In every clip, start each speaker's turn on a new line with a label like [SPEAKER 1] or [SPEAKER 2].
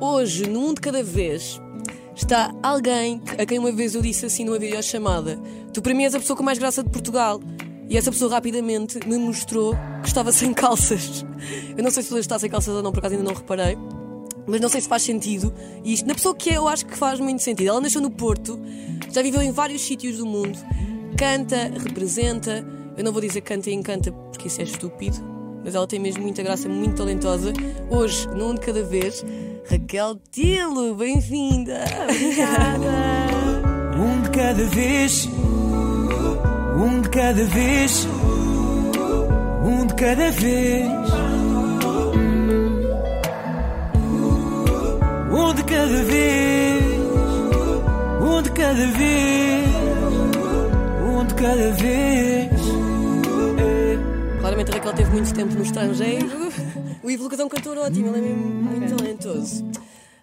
[SPEAKER 1] Hoje, no mundo cada vez, está alguém que- a quem uma vez eu disse assim numa videochamada: Tu para mim és a pessoa com mais graça de Portugal. E essa pessoa rapidamente me mostrou que estava sem calças. Eu não sei se ele está sem calças ou não, por acaso ainda não reparei. Mas não sei se faz sentido. E isto, na pessoa que é, eu acho que faz muito sentido. Ela nasceu no Porto, já viveu em vários sítios do mundo, canta, representa. Eu não vou dizer canta e encanta porque isso é estúpido, mas ela tem mesmo muita graça, muito talentosa. Hoje, num de cada vez, Raquel Tilo, bem-vinda!
[SPEAKER 2] Um de cada vez, um de cada vez, um de cada vez. Um de cada vez, um de cada vez, um de cada vez.
[SPEAKER 1] Claramente a Raquel teve muito tempo no estrangeiro. O Ivo Lucas é um cantor ótimo, ele é mesmo muito talentoso.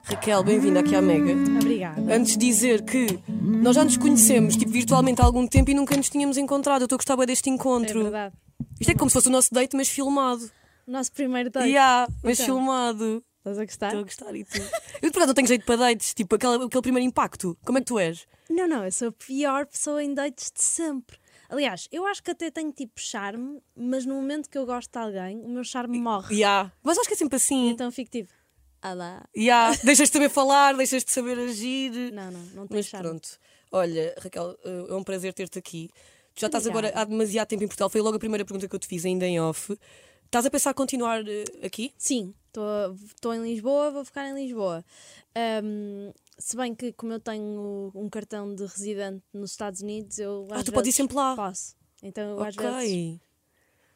[SPEAKER 1] Raquel, bem-vinda aqui à Mega.
[SPEAKER 3] Obrigada. É
[SPEAKER 1] antes de dizer que nós já nos conhecemos tipo, virtualmente há algum tempo e nunca nos tínhamos encontrado. Eu estou a gostar bué deste
[SPEAKER 3] É
[SPEAKER 1] encontro.
[SPEAKER 3] verdade.
[SPEAKER 1] Isto é como se fosse o nosso date, mas filmado.
[SPEAKER 3] O nosso primeiro date. Então.
[SPEAKER 1] E há, mas filmado.
[SPEAKER 3] Estás a gostar?
[SPEAKER 1] Estou a gostar e tu. Eu, por acaso, não tenho jeito para dates, tipo aquele, aquele primeiro impacto. Como é que tu és?
[SPEAKER 3] Não, não, eu sou a pior pessoa em dates de sempre. Aliás, eu acho que até tenho tipo charme, mas no momento que eu gosto de alguém, o meu charme morre.
[SPEAKER 1] E há. Mas acho que é sempre assim.
[SPEAKER 3] Então fico tipo, alá.
[SPEAKER 1] E há. Deixas de saber falar, deixas de saber agir.
[SPEAKER 3] Não, não, não tenho
[SPEAKER 1] Mas
[SPEAKER 3] charme.
[SPEAKER 1] pronto. Olha, Raquel, eh, é um prazer ter-te aqui. Tu já estás
[SPEAKER 3] Obrigada.
[SPEAKER 1] agora há demasiado tempo em Portugal. Foi logo a primeira pergunta que eu te fiz, ainda em off. Estás a pensar continuar eh, aqui?
[SPEAKER 3] Sim, estou em Lisboa, vou ficar em Lisboa. Ahm, se bem que, como eu tenho um cartão de residente nos Estados Unidos, eu.
[SPEAKER 1] Ah,
[SPEAKER 3] às
[SPEAKER 1] tu podes ir
[SPEAKER 3] vezes
[SPEAKER 1] sempre lá.
[SPEAKER 3] Posso. Então eu às
[SPEAKER 1] Ok.
[SPEAKER 3] vezes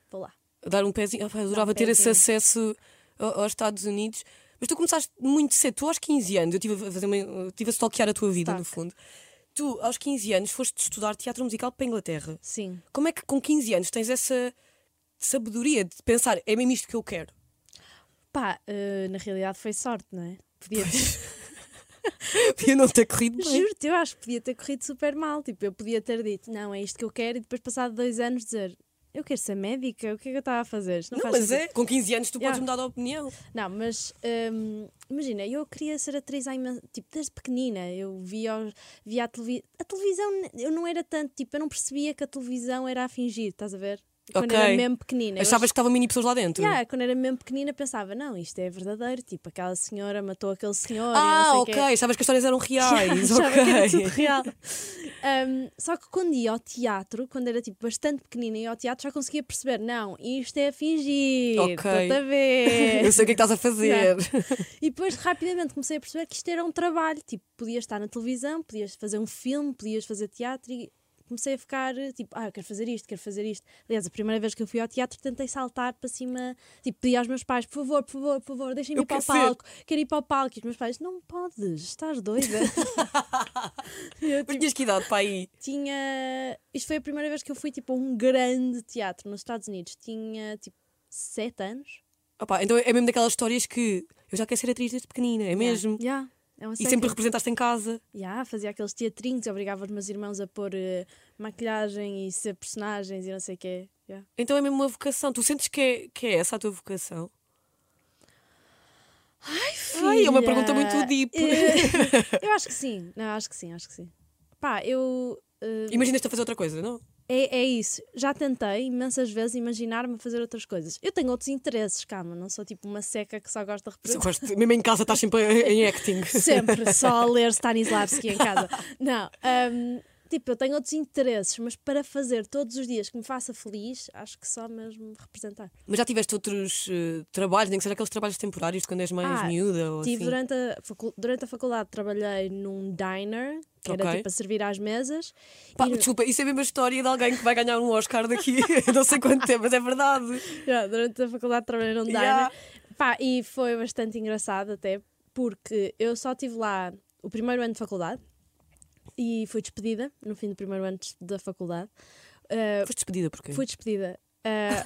[SPEAKER 3] vou lá.
[SPEAKER 1] Dar um pezinho. Ah, pá, eu adorava ter esse
[SPEAKER 3] pezinho.
[SPEAKER 1] acesso a- aos Estados Unidos. Mas tu começaste muito cedo, tu aos 15 anos, eu estive a, fazer uma, eu tive a stalkear a tua vida, no
[SPEAKER 3] Stalk.
[SPEAKER 1] fundo. Tu, aos 15 anos, foste estudar teatro musical para a Inglaterra.
[SPEAKER 3] Sim.
[SPEAKER 1] Como é que com 15 anos tens essa sabedoria de pensar, é mesmo isto que eu quero?
[SPEAKER 3] Pá, eh, na realidade foi sorte, não é? Podia ter
[SPEAKER 1] Podia não é? ter corrido bem.
[SPEAKER 3] Juro-te, eu acho que podia ter corrido super mal. Tipo, eu podia ter dito, não, é isto que eu quero, e depois, passado dois anos, dizer, eu quero ser médica, o que é que eu estava a fazer? Isto
[SPEAKER 1] Não,
[SPEAKER 3] faz
[SPEAKER 1] mas
[SPEAKER 3] sentido."
[SPEAKER 1] é, com 15 anos tu
[SPEAKER 3] Yeah.
[SPEAKER 1] podes mudar de opinião.
[SPEAKER 3] Não, mas hum, imagina, eu queria ser atriz há imen- tipo, desde pequenina. Eu via, os- via a televisão. A televisão, eu não era tanto, tipo, eu não percebia que a televisão era a fingir, estás a ver? Quando
[SPEAKER 1] Ok.
[SPEAKER 3] era mesmo pequenina. Eu
[SPEAKER 1] Achavas que estavam mini pessoas lá dentro?
[SPEAKER 3] Yeah, quando era mesmo pequenina pensava, não, isto é verdadeiro, tipo, aquela senhora matou aquele senhor. e não
[SPEAKER 1] Ah,
[SPEAKER 3] sei o quê.
[SPEAKER 1] ok, achavas que as histórias eram reais.
[SPEAKER 3] Achava que era
[SPEAKER 1] é ok.
[SPEAKER 3] tudo real. Um, só que quando ia ao teatro, quando era tipo bastante pequenina, ia ao teatro, já conseguia perceber: não, isto é a fingir,
[SPEAKER 1] Ok.
[SPEAKER 3] estou-te a ver.
[SPEAKER 1] Eu sei o que é que estás a fazer.
[SPEAKER 3] e depois rapidamente comecei a perceber que isto era um trabalho: tipo, podias estar na televisão, podias fazer um filme, podias fazer teatro e. Comecei a ficar eh, tipo, ah, eu quero fazer isto, quero fazer isto. Aliás, a primeira vez que eu fui ao teatro, tentei saltar para cima, tipo, pedi aos meus pais, por favor, por favor, por favor, deixem-me
[SPEAKER 1] Eu
[SPEAKER 3] ir para o
[SPEAKER 1] quero ser.
[SPEAKER 3] palco, quero ir para o palco. E os meus pais, não podes, estás doida. E eu,
[SPEAKER 1] Mas tinhas que idade para aí?
[SPEAKER 3] tinha. Isto foi a primeira vez que eu fui tipo, a um grande teatro nos Estados Unidos. Tinha tipo sete anos.
[SPEAKER 1] Opa, então é mesmo daquelas histórias que eu já quero ser atriz desde pequenina, é mesmo?
[SPEAKER 3] Yeah. É uma
[SPEAKER 1] E
[SPEAKER 3] seca.
[SPEAKER 1] sempre representaste em casa.
[SPEAKER 3] Yeah, fazia aqueles teatrinhos, obrigava os meus irmãos a pôr eh, maquilhagem e ser personagens e não sei o quê. Yeah.
[SPEAKER 1] Então é mesmo uma vocação. Tu sentes que é, que é essa a tua vocação? Ai, é uma
[SPEAKER 3] Filha,
[SPEAKER 1] pergunta muito deep.
[SPEAKER 3] eh, eu acho que sim. Não, acho que sim, acho que sim. Pá, eu. eh,
[SPEAKER 1] Imaginas-te a fazer outra coisa, não?
[SPEAKER 3] É, é isso. Já tentei imensas vezes imaginar-me a fazer outras coisas. Eu tenho outros interesses, calma. Não sou tipo uma seca que só gosta de
[SPEAKER 1] Se eu
[SPEAKER 3] representar.
[SPEAKER 1] gosto- mesmo em casa estás sempre em acting.
[SPEAKER 3] Sempre, só a ler Stanislavski em casa. Não. hum, tipo, eu tenho outros interesses, mas para fazer todos os dias que me faça feliz, acho que só mesmo representar.
[SPEAKER 1] Mas já tiveste outros eh, trabalhos, nem que seja aqueles trabalhos temporários de quando és mais
[SPEAKER 3] Ah,
[SPEAKER 1] miúda ou
[SPEAKER 3] Tive
[SPEAKER 1] assim?
[SPEAKER 3] durante, a facul- durante a faculdade trabalhei num diner, que
[SPEAKER 1] Ok.
[SPEAKER 3] era tipo a servir às mesas.
[SPEAKER 1] Pá,
[SPEAKER 3] e-
[SPEAKER 1] desculpa, isso é mesmo a história de alguém que vai ganhar um Oscar daqui não sei quanto tempo, mas é verdade.
[SPEAKER 3] Yeah, durante a faculdade trabalhei num diner.
[SPEAKER 1] Yeah.
[SPEAKER 3] Pá, e foi bastante engraçado até, porque eu só estive lá o primeiro ano de faculdade e fui despedida no fim do primeiro ano de- da faculdade. Ah,
[SPEAKER 1] Foste despedida porquê?
[SPEAKER 3] Fui despedida. Ah,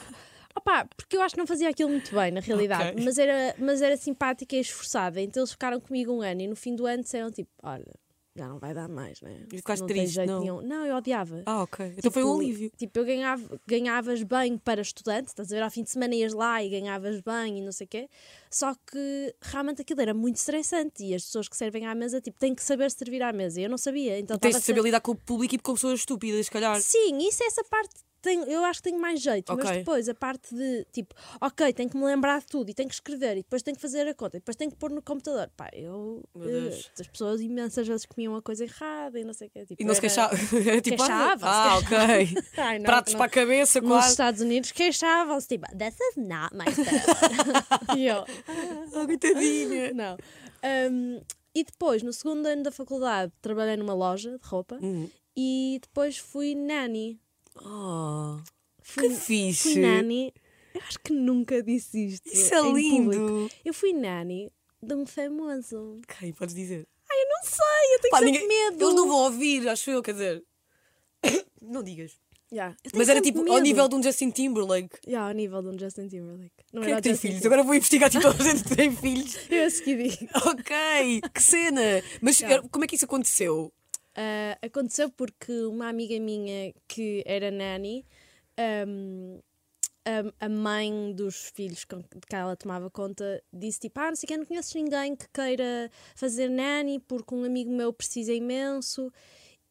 [SPEAKER 3] opá, porque eu acho que não fazia aquilo muito bem, na realidade.
[SPEAKER 1] Ok.
[SPEAKER 3] Mas, era, mas era simpática e esforçada. Então eles ficaram comigo um ano e no fim do ano disseram tipo: Olha, já não vai dar mais, né?
[SPEAKER 1] E ficaste
[SPEAKER 3] não tem
[SPEAKER 1] triste,
[SPEAKER 3] jeito
[SPEAKER 1] não?
[SPEAKER 3] nenhum. Não, eu odiava.
[SPEAKER 1] Ah, ok. Então foi um alívio.
[SPEAKER 3] Tipo, eu ganhava, ganhavas bem para estudante, estás a ver? Ao fim de semana ias lá e ganhavas bem e não sei o quê. Só que realmente aquilo era muito estressante e as pessoas que servem à mesa, tipo, têm que saber servir à mesa. E eu não sabia. Então
[SPEAKER 1] Tens
[SPEAKER 3] estava
[SPEAKER 1] de saber lidar com o público e com pessoas estúpidas, se calhar.
[SPEAKER 3] Sim, isso é essa parte. Tenho, eu acho que tenho mais jeito, mas
[SPEAKER 1] Ok.
[SPEAKER 3] depois a parte de tipo, ok, tenho que me lembrar de tudo e tenho que escrever e depois tenho que fazer a conta e depois tenho que pôr no computador. Pá, eu.
[SPEAKER 1] Meu
[SPEAKER 3] eh,
[SPEAKER 1] Deus.
[SPEAKER 3] as pessoas imensas vezes comiam a coisa errada e não sei o quê. Tipo,
[SPEAKER 1] E não se
[SPEAKER 3] era-
[SPEAKER 1] queixava. É tipo, ah,
[SPEAKER 3] Queixava-se,
[SPEAKER 1] ah, ok.
[SPEAKER 3] Ai, não,
[SPEAKER 1] Pratos
[SPEAKER 3] não-
[SPEAKER 1] para a cabeça,
[SPEAKER 3] Nos
[SPEAKER 1] quase.
[SPEAKER 3] Estados Unidos queixavam-se, tipo, this is not my stuff. e eu,
[SPEAKER 1] Ah, coitadinha.
[SPEAKER 3] não. Ahm, e depois, no segundo ano da faculdade, trabalhei numa loja de roupa
[SPEAKER 1] Uhum.
[SPEAKER 3] e depois fui nanny.
[SPEAKER 1] Oh,
[SPEAKER 3] Fui,
[SPEAKER 1] que
[SPEAKER 3] fui
[SPEAKER 1] fixe.
[SPEAKER 3] nanny. Eu acho que nunca disse isto.
[SPEAKER 1] Isso é
[SPEAKER 3] em público.
[SPEAKER 1] lindo.
[SPEAKER 3] Eu fui nanny de um famoso.
[SPEAKER 1] Quem podes dizer?
[SPEAKER 3] Ai, eu não sei, eu tenho
[SPEAKER 1] Pá,
[SPEAKER 3] sempre
[SPEAKER 1] ninguém-
[SPEAKER 3] medo.
[SPEAKER 1] Eles não vão ouvir, acho eu, quer dizer. Não digas.
[SPEAKER 3] Yeah, eu tenho
[SPEAKER 1] Mas era
[SPEAKER 3] sempre
[SPEAKER 1] tipo
[SPEAKER 3] medo.
[SPEAKER 1] ao nível de um Justin Timberlake.
[SPEAKER 3] Yeah, ao nível de um Justin Timberlake. Não
[SPEAKER 1] Quem é que
[SPEAKER 3] era o
[SPEAKER 1] tem
[SPEAKER 3] Justin
[SPEAKER 1] filhos?
[SPEAKER 3] Timberlake.
[SPEAKER 1] Agora vou investigar tipo toda a gente que tem filhos.
[SPEAKER 3] Eu a seguir digo.
[SPEAKER 1] Ok, que cena. Mas
[SPEAKER 3] Yeah.
[SPEAKER 1] era- como é que isso aconteceu?
[SPEAKER 3] Ah, aconteceu porque uma amiga minha que era nani, ahm, a, a mãe dos filhos com, de que ela tomava conta, disse tipo: Ah, não sei quem, não conheces ninguém que queira fazer nani porque um amigo meu precisa imenso.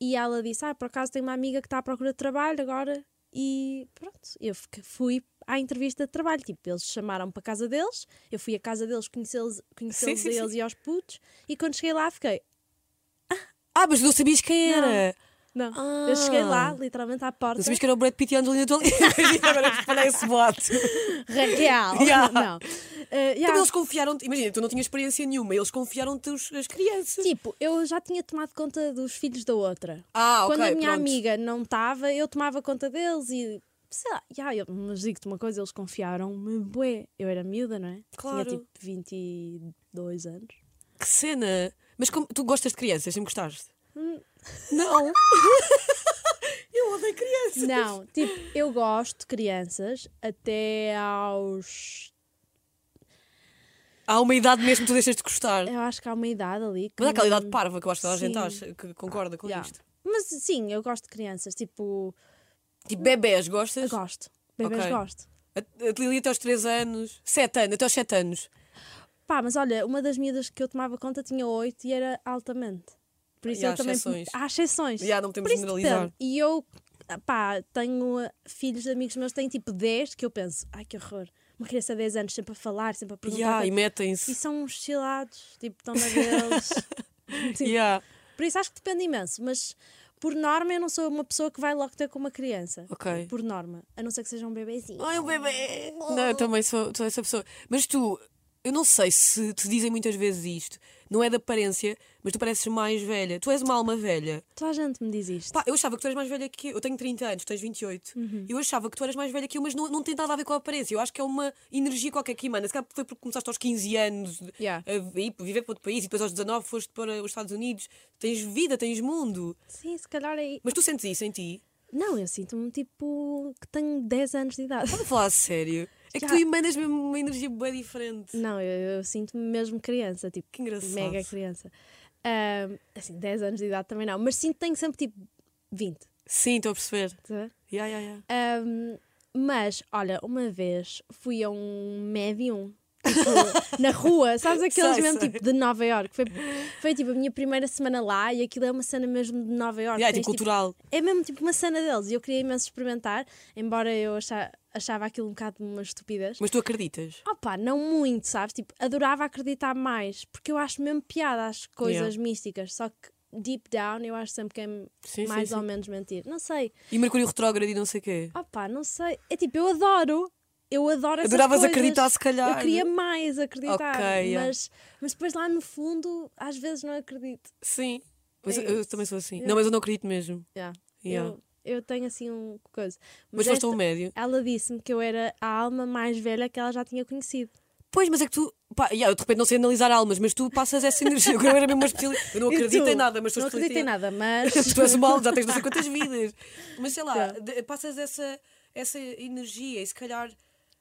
[SPEAKER 3] E ela disse: Ah, por acaso tenho uma amiga que está à procura de trabalho agora. E pronto, eu fiquei- fui à entrevista de trabalho. Tipo, eles chamaram para casa deles, eu fui à casa deles conhecê-los conhecê
[SPEAKER 1] sim,
[SPEAKER 3] eles e aos putos. E quando cheguei lá, fiquei:
[SPEAKER 1] Ah, mas não sabias quem era.
[SPEAKER 3] não,
[SPEAKER 1] Ah.
[SPEAKER 3] eu cheguei lá, literalmente à porta.
[SPEAKER 1] Não sabias que era o Brad Pitt e a Angelina Jolie. Imagina agora responder esse boato.
[SPEAKER 3] Tá. Raquel!
[SPEAKER 1] Yeah.
[SPEAKER 3] Não. Eh, yeah.
[SPEAKER 1] Então eles confiaram-te. Imagina, tu não tinhas experiência nenhuma, eles confiaram-te os- as crianças.
[SPEAKER 3] Tipo, eu já tinha tomado conta dos filhos da outra.
[SPEAKER 1] Ah, ok.
[SPEAKER 3] Quando a minha
[SPEAKER 1] pronto.
[SPEAKER 3] amiga não estava, eu tomava conta deles e. Sei lá, yeah, eu, mas digo-te uma coisa, eles confiaram-me, bué. Eu era miúda, não é?
[SPEAKER 1] Claro.
[SPEAKER 3] Tinha tipo 22 anos.
[SPEAKER 1] Que cena. Mas como- tu gostas de crianças? Sempre gostaste?
[SPEAKER 3] Hum.
[SPEAKER 1] Não. Eu odeio crianças.
[SPEAKER 3] Não, tipo, eu gosto de crianças até aos.
[SPEAKER 1] Há uma idade mesmo que tu deixas de gostar.
[SPEAKER 3] Eu acho que há uma idade ali. Que
[SPEAKER 1] Mas há aquela
[SPEAKER 3] não-
[SPEAKER 1] idade parva que eu acho que toda a gente
[SPEAKER 3] É um Sim.
[SPEAKER 1] acha, que concorda com
[SPEAKER 3] Yeah.
[SPEAKER 1] isto.
[SPEAKER 3] Mas sim, eu gosto de crianças. Tipo,
[SPEAKER 1] Tipo, bebés,
[SPEAKER 3] eu
[SPEAKER 1] gostas?
[SPEAKER 3] gosto. Bebês
[SPEAKER 1] Ok.
[SPEAKER 3] gosto.
[SPEAKER 1] A, a Lili até aos 3 anos. 7 anos, até aos 7 anos.
[SPEAKER 3] Pá, mas olha, uma das miúdas que eu tomava conta tinha oito e era altamente. Por isso
[SPEAKER 1] E
[SPEAKER 3] eu
[SPEAKER 1] há
[SPEAKER 3] também.
[SPEAKER 1] exceções.
[SPEAKER 3] Há exceções.
[SPEAKER 1] Já, não podemos
[SPEAKER 3] Por isso
[SPEAKER 1] generalizar.
[SPEAKER 3] depende. E eu, pá, tenho uh, filhos, amigos meus, que têm tipo 10 que eu penso, ai que horror, uma criança de 10 anos sempre a falar, sempre
[SPEAKER 1] Já,
[SPEAKER 3] a perguntar.
[SPEAKER 1] e
[SPEAKER 3] coisas." e...
[SPEAKER 1] metem-se.
[SPEAKER 3] são uns chilados, tipo, estão na deles. Tipo,
[SPEAKER 1] Já.
[SPEAKER 3] Por isso acho que depende imenso, mas por norma eu não sou uma pessoa que vai logo ter com uma criança.
[SPEAKER 1] Ok.
[SPEAKER 3] Por norma, a não ser que seja um bebezinho.
[SPEAKER 1] Ai, o bebê! Não, eu também sou, sou essa pessoa. Mas tu, eu não sei se te dizem muitas vezes isto. Não é da aparência, mas tu pareces mais velha. Tu és uma alma velha.
[SPEAKER 3] Toda a gente me diz isto.
[SPEAKER 1] Pá, eu achava que tu eras mais velha que eu. Eu tenho 30 anos, tu tens 28. Eu achava que tu eras mais velha que eu, mas não, não tem nada a ver com a aparência. Eu acho que é uma energia qualquer que emana. Se calhar foi porque começaste aos 15 anos
[SPEAKER 3] Yeah.
[SPEAKER 1] a vi- viver para outro país e depois aos 19 foste para os Estados Unidos. Tens vida, tens mundo.
[SPEAKER 3] Sim, se calhar é.
[SPEAKER 1] Mas tu sentes isso em ti?
[SPEAKER 3] Não, eu sinto-me tipo que tenho 10 anos de idade.
[SPEAKER 1] Vou falar a sério. É que
[SPEAKER 3] Já.
[SPEAKER 1] tu emanas mesmo uma energia bem diferente.
[SPEAKER 3] Não, eu, eu sinto-me mesmo criança, tipo,
[SPEAKER 1] Que engraçado.
[SPEAKER 3] mega criança. Ahm, assim, 10 anos de idade também não, mas sinto que tenho sempre tipo 20.
[SPEAKER 1] Sim, estou a perceber.
[SPEAKER 3] tá a ver?
[SPEAKER 1] Ya, ya, é ya.
[SPEAKER 3] Ahm, mas, olha, uma vez fui a um médium. tipo, na rua, sabes aqueles
[SPEAKER 1] Sei,
[SPEAKER 3] mesmo
[SPEAKER 1] sei.
[SPEAKER 3] tipo de Nova York foi, foi tipo a minha primeira semana lá e aquilo é uma cena mesmo de Nova York
[SPEAKER 1] Ya, é tipo
[SPEAKER 3] Tens, tipo,
[SPEAKER 1] cultural.
[SPEAKER 3] é mesmo tipo uma cena deles e eu queria imenso experimentar, embora eu acha- achava aquilo um bocado uma estupidez.
[SPEAKER 1] Mas tu acreditas?
[SPEAKER 3] Opa, não muito, sabes? Tipo, adorava acreditar mais, porque eu acho mesmo piada às coisas místicas, só que deep down eu acho sempre que é
[SPEAKER 1] Sim,
[SPEAKER 3] mais
[SPEAKER 1] sim,
[SPEAKER 3] ou
[SPEAKER 1] sim.
[SPEAKER 3] menos mentir. Não sei,
[SPEAKER 1] E Mercúrio retrógrado e não sei o quê.
[SPEAKER 3] opa, não sei. É tipo, eu adoro, eu adoro essas
[SPEAKER 1] Adoravas
[SPEAKER 3] coisas.
[SPEAKER 1] acreditar, se calhar. né?
[SPEAKER 3] Eu queria mais acreditar,
[SPEAKER 1] Ok, yeah.
[SPEAKER 3] mas, mas depois lá no fundo às vezes não acredito.
[SPEAKER 1] Sim. Mas
[SPEAKER 3] É
[SPEAKER 1] eu, eu
[SPEAKER 3] isso.
[SPEAKER 1] também sou assim.
[SPEAKER 3] Ya.
[SPEAKER 1] Não, mas eu não acredito mesmo. Yeah.
[SPEAKER 3] Eu, eu tenho assim um coisa.
[SPEAKER 1] Mas, foste a um
[SPEAKER 3] esta-
[SPEAKER 1] médio.
[SPEAKER 3] ela disse-me que eu era a alma mais velha que ela já tinha conhecido.
[SPEAKER 1] Pois, mas é que tu. Pá, yeah, eu de repente não sei analisar almas, mas tu passas essa energia. Eu era mesmo uma especialista. Eu não
[SPEAKER 3] E
[SPEAKER 1] acredito
[SPEAKER 3] tu?
[SPEAKER 1] em nada, mas sou
[SPEAKER 3] Não acredito em
[SPEAKER 1] especialista.
[SPEAKER 3] nada, mas.
[SPEAKER 1] tu és mal, já tens não sei quantas vidas. Mas sei lá,
[SPEAKER 3] Yeah.
[SPEAKER 1] de- passas essa, essa energia e se calhar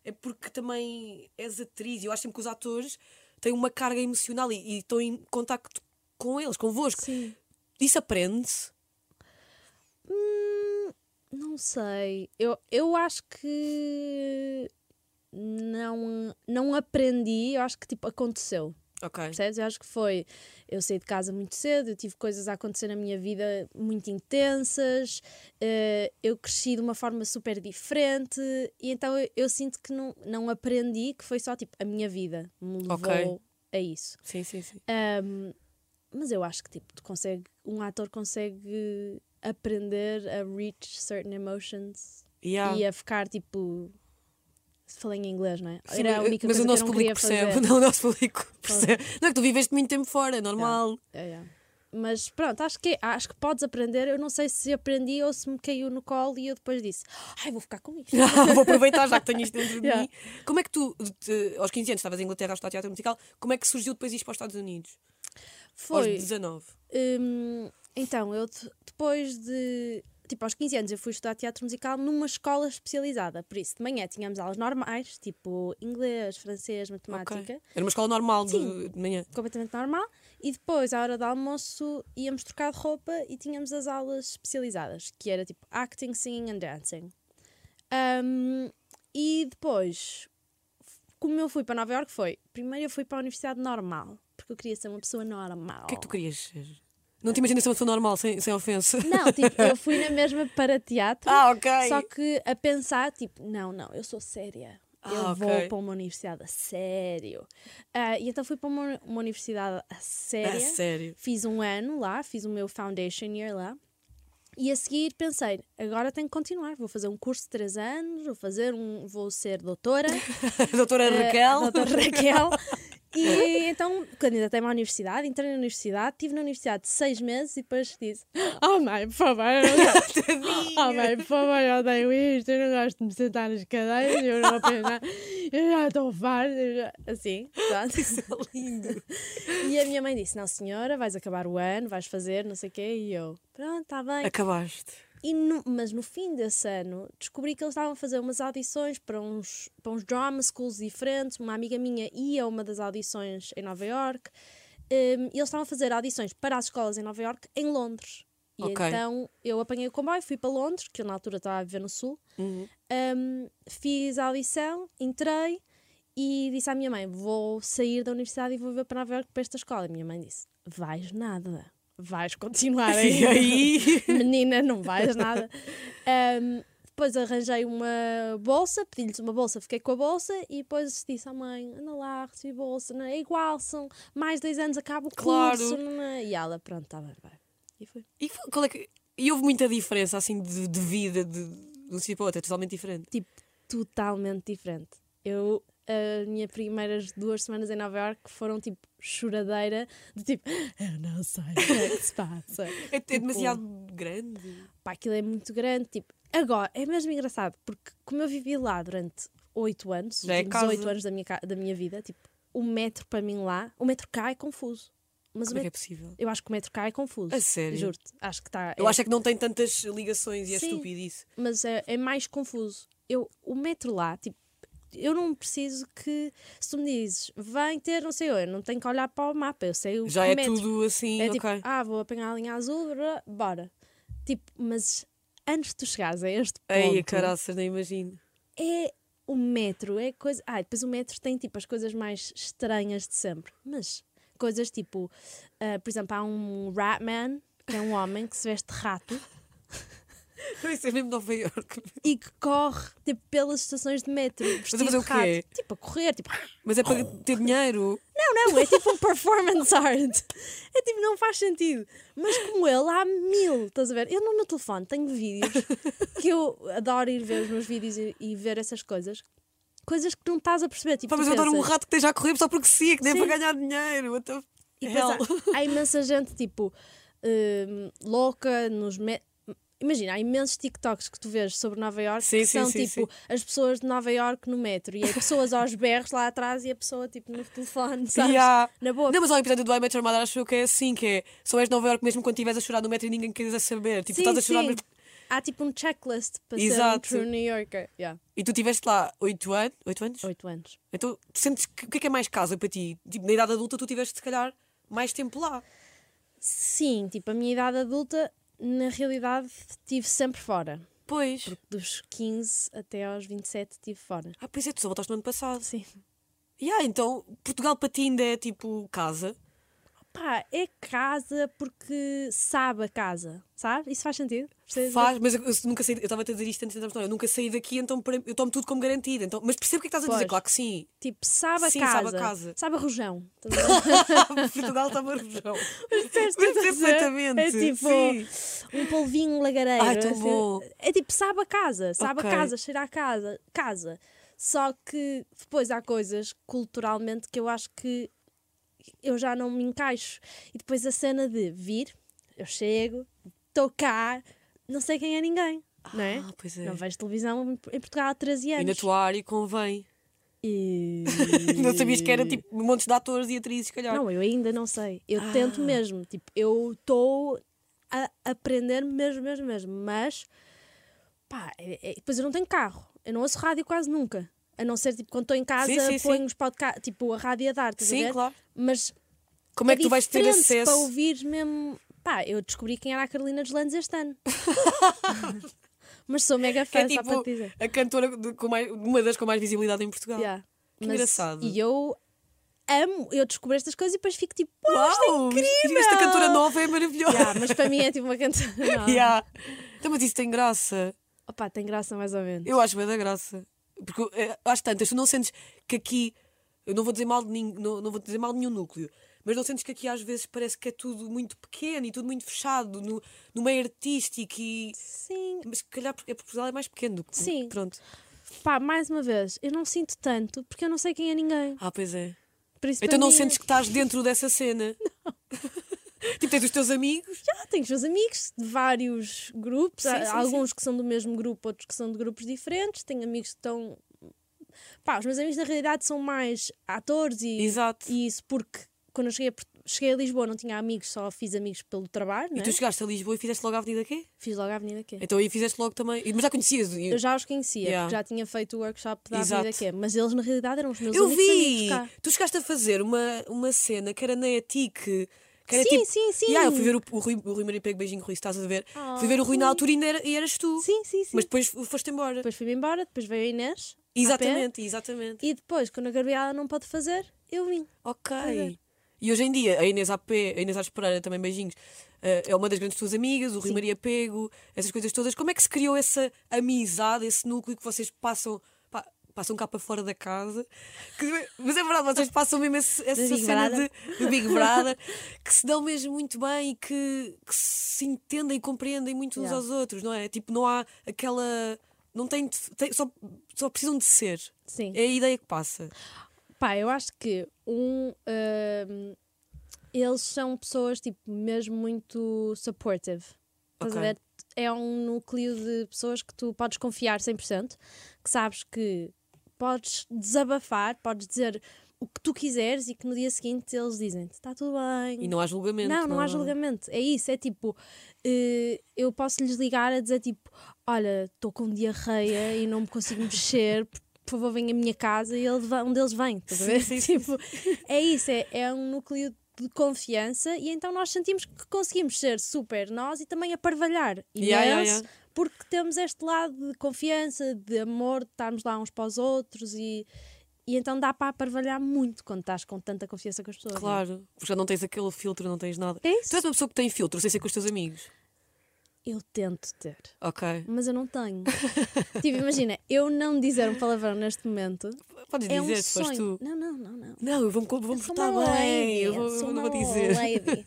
[SPEAKER 1] é porque também és atriz. Eu acho sempre que os atores têm uma carga emocional e, e estão em contacto com eles, convosco.
[SPEAKER 3] Sim.
[SPEAKER 1] Isso aprende-se.
[SPEAKER 3] Não sei. Eu, eu acho que não, não aprendi, eu acho que tipo aconteceu.
[SPEAKER 1] Ok.
[SPEAKER 3] Percebes? Eu acho que foi. Eu saí de casa muito cedo, eu tive coisas a acontecer na minha vida muito intensas, eh, eu cresci de uma forma super diferente, e então eu, eu sinto que não, não aprendi, que foi só tipo a minha vida me levou
[SPEAKER 1] Ok.
[SPEAKER 3] a isso.
[SPEAKER 1] Sim, sim, sim.
[SPEAKER 3] Ahm, mas eu acho que tipo, tu consegue, um ator consegue aprender a reach certain emotions
[SPEAKER 1] Yeah.
[SPEAKER 3] e a ficar tipo. Falei em inglês, não é?
[SPEAKER 1] Sim,
[SPEAKER 3] Era a
[SPEAKER 1] mas-
[SPEAKER 3] única
[SPEAKER 1] mas
[SPEAKER 3] coisa
[SPEAKER 1] o nosso
[SPEAKER 3] que eu não
[SPEAKER 1] público
[SPEAKER 3] queria
[SPEAKER 1] percebe.
[SPEAKER 3] fazer.
[SPEAKER 1] Não, o nosso público percebe. Não é que tu viveste muito tempo fora, é normal.
[SPEAKER 3] É, é. Mas pronto, acho que, acho que podes aprender. Eu não sei se aprendi ou se me caiu no colo e eu depois disse: Ai, vou ficar com isto.
[SPEAKER 1] Vou aproveitar já que tenho isto dentro de
[SPEAKER 3] Yeah.
[SPEAKER 1] mim. Como é que tu, te- aos 15 anos, estavas em Inglaterra a estudar teatro musical, como é que surgiu depois isto para os Estados Unidos?
[SPEAKER 3] Foi.
[SPEAKER 1] Aos 19.
[SPEAKER 3] hum, então, eu de- depois de. Tipo, aos 15 anos eu fui estudar teatro musical numa escola especializada. Por isso, de manhã tínhamos aulas normais, tipo inglês, francês, matemática.
[SPEAKER 1] Ok. Era uma escola normal de,
[SPEAKER 3] Sim.
[SPEAKER 1] de manhã.
[SPEAKER 3] completamente normal. E depois, à hora do almoço, íamos trocar de roupa e tínhamos as aulas especializadas, que era tipo acting, singing and dancing. Ahm, e depois, f- como eu fui para Nova York foi, primeiro eu fui para a universidade normal, porque eu queria ser uma pessoa normal.
[SPEAKER 1] O que é que tu querias ser? Não te imaginas ser uma pessoa normal, sem, sem ofensa.
[SPEAKER 3] Não, tipo, eu fui na mesma para teatro,
[SPEAKER 1] Ah, ok.
[SPEAKER 3] só que a pensar, tipo, não, não, eu sou séria. Eu
[SPEAKER 1] Ah,
[SPEAKER 3] vou
[SPEAKER 1] ok.
[SPEAKER 3] para uma universidade a sério. Ah, e então fui para uma, uma universidade a
[SPEAKER 1] A
[SPEAKER 3] sério.
[SPEAKER 1] sério.
[SPEAKER 3] Fiz um ano lá, fiz o meu foundation year lá. E a seguir pensei, agora tenho que continuar. Vou fazer um curso de três anos, vou fazer um, vou ser doutora,
[SPEAKER 1] doutora Raquel.
[SPEAKER 3] eh, doutora Raquel. E então candidatei-me à universidade, entrei na universidade, estive na universidade seis meses e depois disse: Oh mãe, por favor, eu não gosto- oh mãe, por favor, eu odeio isto, eu não gosto de me sentar nas cadeiras, eu não aprendo nada, eu já estou farta, eu já-" assim, pronto.
[SPEAKER 1] é Lindo.
[SPEAKER 3] E a minha mãe disse: Não, senhora, vais acabar o ano, vais fazer, não sei o quê. E eu, pronto, está bem.
[SPEAKER 1] Acabaste.
[SPEAKER 3] E no- mas no fim desse ano, descobri que eles estavam a fazer umas audições para uns, para uns drama schools diferentes. Uma amiga minha ia a uma das audições em Nova York. Hum, e eles estavam a fazer audições para as escolas em Nova York, em Londres. E
[SPEAKER 1] Ok.
[SPEAKER 3] então eu apanhei o comboio, fui para Londres, que eu na altura estava a viver no Sul. Um, fiz a audição, entrei e disse à minha mãe: Vou sair da universidade e vou ver para Nova Iorque para esta escola. E minha mãe disse: Vais nada, vais continuar
[SPEAKER 1] E
[SPEAKER 3] aí.
[SPEAKER 1] aí?
[SPEAKER 3] Menina, não vais nada. Um, depois arranjei uma bolsa, pedi-lhes uma bolsa, fiquei com a bolsa e depois disse à mãe: Anda lá, recebi bolsa, não é igual, são mais dois anos, acabo o
[SPEAKER 1] Claro.
[SPEAKER 3] curso. não é?" E ela, pronto, está bem, vai. E foi.
[SPEAKER 1] E, foi- qual é que... e houve muita diferença, assim, de, de vida, de, de um sítio para o outro, é totalmente diferente.
[SPEAKER 3] tipo, totalmente diferente. Eu, as minhas primeiras duas semanas em Nova York foram tipo choradeira, de tipo, eu não sei o que é que se passa.
[SPEAKER 1] É, é demasiado grande.
[SPEAKER 3] Pá, aquilo é muito grande. Tipo, agora, é mesmo engraçado, porque como eu vivi lá durante oito anos, os
[SPEAKER 1] Já é
[SPEAKER 3] últimos
[SPEAKER 1] casa.
[SPEAKER 3] oito anos da minha, ca- da minha vida, tipo, o metro para mim lá, o metro cá é confuso. Mas o
[SPEAKER 1] Como é que é
[SPEAKER 3] metro,
[SPEAKER 1] possível?
[SPEAKER 3] eu acho que o metro cá é confuso.
[SPEAKER 1] A sério?
[SPEAKER 3] Juro-te. Acho que está.
[SPEAKER 1] Eu acho é que não tem tantas ligações e é
[SPEAKER 3] Sim.
[SPEAKER 1] estupidice.
[SPEAKER 3] mas é, é mais confuso. Eu, o metro lá, tipo, eu não preciso que. Se tu me dizes, vem ter, não sei, eu, eu não tenho que olhar para o mapa, eu sei o
[SPEAKER 1] Já
[SPEAKER 3] que
[SPEAKER 1] é
[SPEAKER 3] metro.
[SPEAKER 1] tudo assim,
[SPEAKER 3] Um É
[SPEAKER 1] ok.
[SPEAKER 3] tipo, ah, vou apanhar a linha azul, brá, bora. Tipo, mas antes de tu chegares a este ponto,
[SPEAKER 1] Ei, caraças, nem imagino.
[SPEAKER 3] é o metro, é coisa. Ah, e depois o metro tem tipo as coisas mais estranhas de sempre, mas coisas tipo, ah, por exemplo, há um Ratman, que é um homem que se veste de rato.
[SPEAKER 1] Isso é mesmo Nova Iorque.
[SPEAKER 3] e que corre tipo, pelas estações de metro.
[SPEAKER 1] a
[SPEAKER 3] Vestido
[SPEAKER 1] fazer o
[SPEAKER 3] de rato.
[SPEAKER 1] quê?
[SPEAKER 3] Tipo, a correr, tipo,
[SPEAKER 1] Mas é para ter dinheiro.
[SPEAKER 3] não, não, é tipo um performance art. É tipo, não faz sentido. Mas como ele, há mil, estás a ver? Eu no meu telefone tenho vídeos que eu adoro ir ver os meus vídeos e, e ver essas coisas. Coisas que não estás a perceber. Tipo,
[SPEAKER 1] Pá,
[SPEAKER 3] tu
[SPEAKER 1] mas eu adoro um
[SPEAKER 3] pensas-
[SPEAKER 1] rato que esteja a correr só porque sim, que nem é para
[SPEAKER 3] Sim.
[SPEAKER 1] ganhar dinheiro. What the
[SPEAKER 3] E depois
[SPEAKER 1] hell?
[SPEAKER 3] há, há imensa gente, tipo, hum, louca nos. Me... Imagina, há imensos TikToks que tu vês sobre Nova York
[SPEAKER 1] Sim,
[SPEAKER 3] que
[SPEAKER 1] sim,
[SPEAKER 3] são
[SPEAKER 1] sim,
[SPEAKER 3] tipo as pessoas de Nova York no metro e as pessoas aos berros lá atrás e a pessoa tipo no telefone, sabes?
[SPEAKER 1] Yeah.
[SPEAKER 3] Na boa.
[SPEAKER 1] Não, mas há um episódio do I Met Your Mother, acho eu que é assim, que é só és de Nova York mesmo quando estiveres a chorar no metro e ninguém queres a saber. Tipo,
[SPEAKER 3] Sim,
[SPEAKER 1] estás a chorar
[SPEAKER 3] sim.
[SPEAKER 1] mesmo.
[SPEAKER 3] Há tipo um checklist para
[SPEAKER 1] Exato.
[SPEAKER 3] ser um true New Yorker. Yeah.
[SPEAKER 1] E tu estiveste lá 8 anos? oito anos?
[SPEAKER 3] Oito anos.
[SPEAKER 1] Então tu sentes que o que é que é mais casa para ti? Tipo, na idade adulta tu tiveste se calhar mais tempo lá.
[SPEAKER 3] Sim, tipo, a minha idade adulta, na realidade, tive sempre fora.
[SPEAKER 1] Pois.
[SPEAKER 3] Dos 15 até aos 27 estive fora.
[SPEAKER 1] Ah, pois é, tu só voltaste no ano passado.
[SPEAKER 3] Sim.
[SPEAKER 1] Yeah, então, Portugal para ti ainda é tipo casa.
[SPEAKER 3] Pá, é casa porque sabe a casa, sabe? Isso faz sentido? Percebes? É
[SPEAKER 1] Faz, mas eu, eu nunca saí, eu estava a dizer isto antes de entrarmos na hora, eu nunca saí daqui, então para- eu tomo tudo como garantido. Então, mas percebo o que é que estás a dizer,
[SPEAKER 3] Pois.
[SPEAKER 1] claro que sim.
[SPEAKER 3] Tipo, sabe a
[SPEAKER 1] Sim,
[SPEAKER 3] casa.
[SPEAKER 1] sabe a casa.
[SPEAKER 3] Sabe a rojão.
[SPEAKER 1] Ah, Portugal está marujão.
[SPEAKER 3] Percebes o que
[SPEAKER 1] Mas
[SPEAKER 3] eu estou a dizer?
[SPEAKER 1] perfeitamente.
[SPEAKER 3] É tipo
[SPEAKER 1] sim.
[SPEAKER 3] um polvinho lagareiro.
[SPEAKER 1] Ai, tão
[SPEAKER 3] assim.
[SPEAKER 1] bom.
[SPEAKER 3] É tipo, sabe a casa, sabe
[SPEAKER 1] Ok.
[SPEAKER 3] a casa, cheira a casa, casa. Só que depois há coisas culturalmente que eu acho que eu já não me encaixo. E depois a cena de vir, eu chego, estou cá, não sei quem é ninguém. Não é?
[SPEAKER 1] Ah, pois é.
[SPEAKER 3] Não vejo televisão em em Portugal há 13 anos.
[SPEAKER 1] E na tua área convém.
[SPEAKER 3] E-
[SPEAKER 1] Não sabias que era tipo montes de atores e atrizes, se calhar.
[SPEAKER 3] Não, eu ainda não sei. Eu
[SPEAKER 1] Ah.
[SPEAKER 3] tento mesmo. Tipo, eu estou a aprender mesmo, mesmo, mesmo. Mas, pá, é- é- depois eu não tenho carro. Eu não ouço rádio quase nunca. A não ser, tipo, quando estou em casa,
[SPEAKER 1] Sim, sim, sim.
[SPEAKER 3] ponho os podcasts, tipo, a rádio a dar, estás a
[SPEAKER 1] Sim,
[SPEAKER 3] ver?
[SPEAKER 1] claro.
[SPEAKER 3] Mas
[SPEAKER 1] Como é, que tu vais ter
[SPEAKER 3] diferente
[SPEAKER 1] acesso?
[SPEAKER 3] para ouvir mesmo... Pá, eu descobri quem era a Carolina dos Landes este ano. mas sou mega
[SPEAKER 1] Que
[SPEAKER 3] fã,
[SPEAKER 1] é
[SPEAKER 3] só para
[SPEAKER 1] tipo
[SPEAKER 3] te dizer.
[SPEAKER 1] a cantora de- com mais- uma das com mais visibilidade em Portugal.
[SPEAKER 3] Yeah.
[SPEAKER 1] Então, Que engraçado.
[SPEAKER 3] E eu amo, eu descubro estas coisas e depois fico tipo, pô,
[SPEAKER 1] Uau, isto é incrível! Esta cantora nova é maravilhosa.
[SPEAKER 3] Yeah, mas para mim é tipo uma cantora. nova.
[SPEAKER 1] Yeah. Então, mas isso tem graça.
[SPEAKER 3] Opa, tem graça mais ou menos.
[SPEAKER 1] Eu acho bem da graça. Porque eh, às tantas, tu não sentes que aqui. Eu não vou dizer mal de nin- não, não vou dizer mal de nenhum núcleo, mas não sentes que aqui às vezes parece que é tudo muito pequeno e tudo muito fechado no, no meio artístico e.
[SPEAKER 3] Sim.
[SPEAKER 1] Mas se calhar porque Portugal é mais pequeno do que.
[SPEAKER 3] Sim.
[SPEAKER 1] Pronto.
[SPEAKER 3] Pá, mais uma vez, eu não sinto tanto porque eu não sei quem é ninguém.
[SPEAKER 1] Ah, pois é.
[SPEAKER 3] Por isso,
[SPEAKER 1] Então
[SPEAKER 3] para
[SPEAKER 1] não
[SPEAKER 3] mim, é-
[SPEAKER 1] sentes que estás dentro dessa cena. tipo, tens os teus amigos.
[SPEAKER 3] Ah, tenho os meus amigos de vários grupos,
[SPEAKER 1] Sim,
[SPEAKER 3] há
[SPEAKER 1] sim,
[SPEAKER 3] alguns que são do mesmo grupo, outros que são de grupos diferentes. Tenho amigos que estão. Pá, os meus amigos na realidade são mais atores e,
[SPEAKER 1] Exato.
[SPEAKER 3] e isso porque quando eu cheguei a, Port- cheguei a Lisboa não tinha amigos, só fiz amigos pelo trabalho,
[SPEAKER 1] E
[SPEAKER 3] né?
[SPEAKER 1] tu chegaste a Lisboa e fizeste logo a Avenida quê?
[SPEAKER 3] Fiz logo a Avenida é Q.
[SPEAKER 1] Então aí fizeste logo também. e- Mas já conhecias. e-
[SPEAKER 3] Eu já os conhecia,
[SPEAKER 1] Yeah.
[SPEAKER 3] porque já tinha feito o workshop da
[SPEAKER 1] Exato.
[SPEAKER 3] Avenida Q, mas eles na realidade eram os meus
[SPEAKER 1] Eu
[SPEAKER 3] únicos
[SPEAKER 1] vi!
[SPEAKER 3] amigos cá.
[SPEAKER 1] Tu chegaste a fazer uma, uma cena que era na ETIC. Que era
[SPEAKER 3] Sim,
[SPEAKER 1] tipo,
[SPEAKER 3] sim, sim.
[SPEAKER 1] Yeah, eu fui ver o, o Rui, o Rui Maria Pego, beijinho Rui, se estás a ver.
[SPEAKER 3] Ah,
[SPEAKER 1] fui ver o Rui na
[SPEAKER 3] Rui.
[SPEAKER 1] altura e, não era- e eras tu.
[SPEAKER 3] Sim, sim, sim.
[SPEAKER 1] Mas tá- depois foste embora.
[SPEAKER 3] Depois fui-me embora, depois veio a Inês. a
[SPEAKER 1] exatamente, exatamente.
[SPEAKER 3] pé, E depois, quando a Gabriela não pode fazer, eu vim.
[SPEAKER 1] Ok.
[SPEAKER 3] é.
[SPEAKER 1] E hoje em dia, a Inês AP, a Inês Ares Pereira, também beijinhos, eh, é uma das grandes tuas amigas, o Rui Maria Pego, essas coisas todas. Como é que se criou essa amizade, esse núcleo que vocês passam, pá, passam cá para fora da casa? Que- mas é verdade, vocês passam mesmo esse- essa
[SPEAKER 3] Big
[SPEAKER 1] cena
[SPEAKER 3] Brother.
[SPEAKER 1] de, do Big Brother, que se dão mesmo muito bem e que, que se entendem e compreendem muito uns
[SPEAKER 3] Yeah.
[SPEAKER 1] aos outros, não é? Tipo, não há aquela. Não tem, de- tem- só, só precisam de ser.
[SPEAKER 3] Sim.
[SPEAKER 1] É a ideia que passa.
[SPEAKER 3] Pá, eu acho que um. hum, eles são pessoas, tipo, mesmo muito supportive. Estás a
[SPEAKER 1] Ok.
[SPEAKER 3] ver? É um núcleo de pessoas que tu podes confiar 100%, que sabes que podes desabafar, podes dizer o que tu quiseres e que no dia seguinte eles dizem-te: está tudo bem.
[SPEAKER 1] E não há julgamento.
[SPEAKER 3] Não, não há
[SPEAKER 1] nada.
[SPEAKER 3] julgamento. É isso, é tipo, eh, eu posso lhes ligar a dizer tipo, olha, estou com diarreia e não me consigo mexer, por favor, venha à minha casa e ele va- um deles vem. Estás a ver? tipo, é isso, é, é um núcleo de confiança e então nós sentimos que conseguimos ser super nós e também aparvalhar. E
[SPEAKER 1] Yeah, yeah,
[SPEAKER 3] eles,
[SPEAKER 1] yeah.
[SPEAKER 3] porque temos este lado de confiança, de amor, de estarmos lá uns para os outros e. E então dá para aparvalhar muito quando estás com tanta confiança com as pessoas. não é?
[SPEAKER 1] Claro, Uhum. Então, porque já não tens aquele filtro, não tens nada.
[SPEAKER 3] É isso.
[SPEAKER 1] Tu és uma pessoa que tem filtro, sem ser com os teus amigos.
[SPEAKER 3] Eu tento ter.
[SPEAKER 1] Ok.
[SPEAKER 3] Mas eu não tenho. tipo, imagina, eu não dizer um palavrão neste momento
[SPEAKER 1] Podes
[SPEAKER 3] é um
[SPEAKER 1] dizer, se fores
[SPEAKER 3] sonho.
[SPEAKER 1] tu.
[SPEAKER 3] Não, não, não, não.
[SPEAKER 1] Não, eu vou-me vou
[SPEAKER 3] Eu sou
[SPEAKER 1] portar
[SPEAKER 3] uma
[SPEAKER 1] bem.
[SPEAKER 3] lady,
[SPEAKER 1] Eu, vou,
[SPEAKER 3] sou
[SPEAKER 1] eu não
[SPEAKER 3] uma
[SPEAKER 1] vou dizer.
[SPEAKER 3] lady.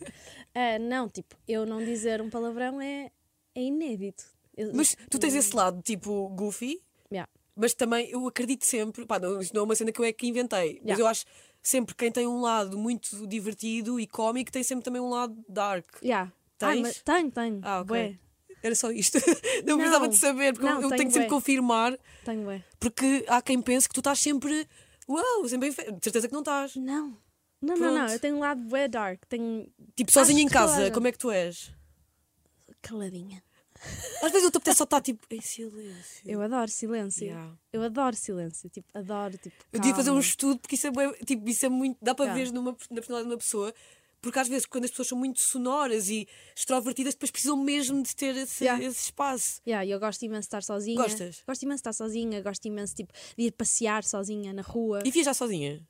[SPEAKER 3] Ah, não, tipo, eu não dizer um palavrão é, é inédito. Eu-
[SPEAKER 1] Mas tu tens esse lado tipo goofy,
[SPEAKER 3] Yeah.
[SPEAKER 1] mas também eu acredito sempre. Pá, não, isto não é uma cena que eu é que inventei, mas
[SPEAKER 3] Yeah.
[SPEAKER 1] eu acho sempre quem tem um lado muito divertido e cómico tem sempre também um lado dark.
[SPEAKER 3] Yeah. Ah,
[SPEAKER 1] Tens?
[SPEAKER 3] mas tenho, tenho.
[SPEAKER 1] Ah, ok.
[SPEAKER 3] Bué,
[SPEAKER 1] Era só isto. Não,
[SPEAKER 3] Não.
[SPEAKER 1] precisava de saber, porque eu-
[SPEAKER 3] Não,
[SPEAKER 1] eu tenho,
[SPEAKER 3] tenho
[SPEAKER 1] que sempre
[SPEAKER 3] bué.
[SPEAKER 1] confirmar,
[SPEAKER 3] tenho, bué.
[SPEAKER 1] porque há quem pense que tu estás sempre. Uau, sempre bem fe... De certeza que não estás.
[SPEAKER 3] Não. Não, não, não.
[SPEAKER 1] Pronto.
[SPEAKER 3] Eu tenho um lado bué dark. Tenho
[SPEAKER 1] Tipo, sozinha em
[SPEAKER 3] Acho que
[SPEAKER 1] casa,
[SPEAKER 3] toda.
[SPEAKER 1] como é que tu és?
[SPEAKER 3] caladinha.
[SPEAKER 1] Às vezes eu te apetece só estar tipo em silêncio.
[SPEAKER 3] Eu adoro silêncio.
[SPEAKER 1] Yeah.
[SPEAKER 3] Eu adoro silêncio. Tipo, adoro, tipo,
[SPEAKER 1] Eu devia fazer um
[SPEAKER 3] calma.
[SPEAKER 1] estudo porque isso é, bué- tipo, isso é muito. Dá para
[SPEAKER 3] Tá.
[SPEAKER 1] ver numa, na personalidade de uma pessoa Porque às vezes, quando as pessoas são muito sonoras e extrovertidas, depois precisam mesmo de ter esse,
[SPEAKER 3] Yeah.
[SPEAKER 1] esse espaço.
[SPEAKER 3] Yeah, eu gosto imenso de estar sozinha.
[SPEAKER 1] Gostas?
[SPEAKER 3] Gosto imenso de estar sozinha, gosto imenso tipo, de ir passear sozinha na rua.
[SPEAKER 1] E viajar sozinha?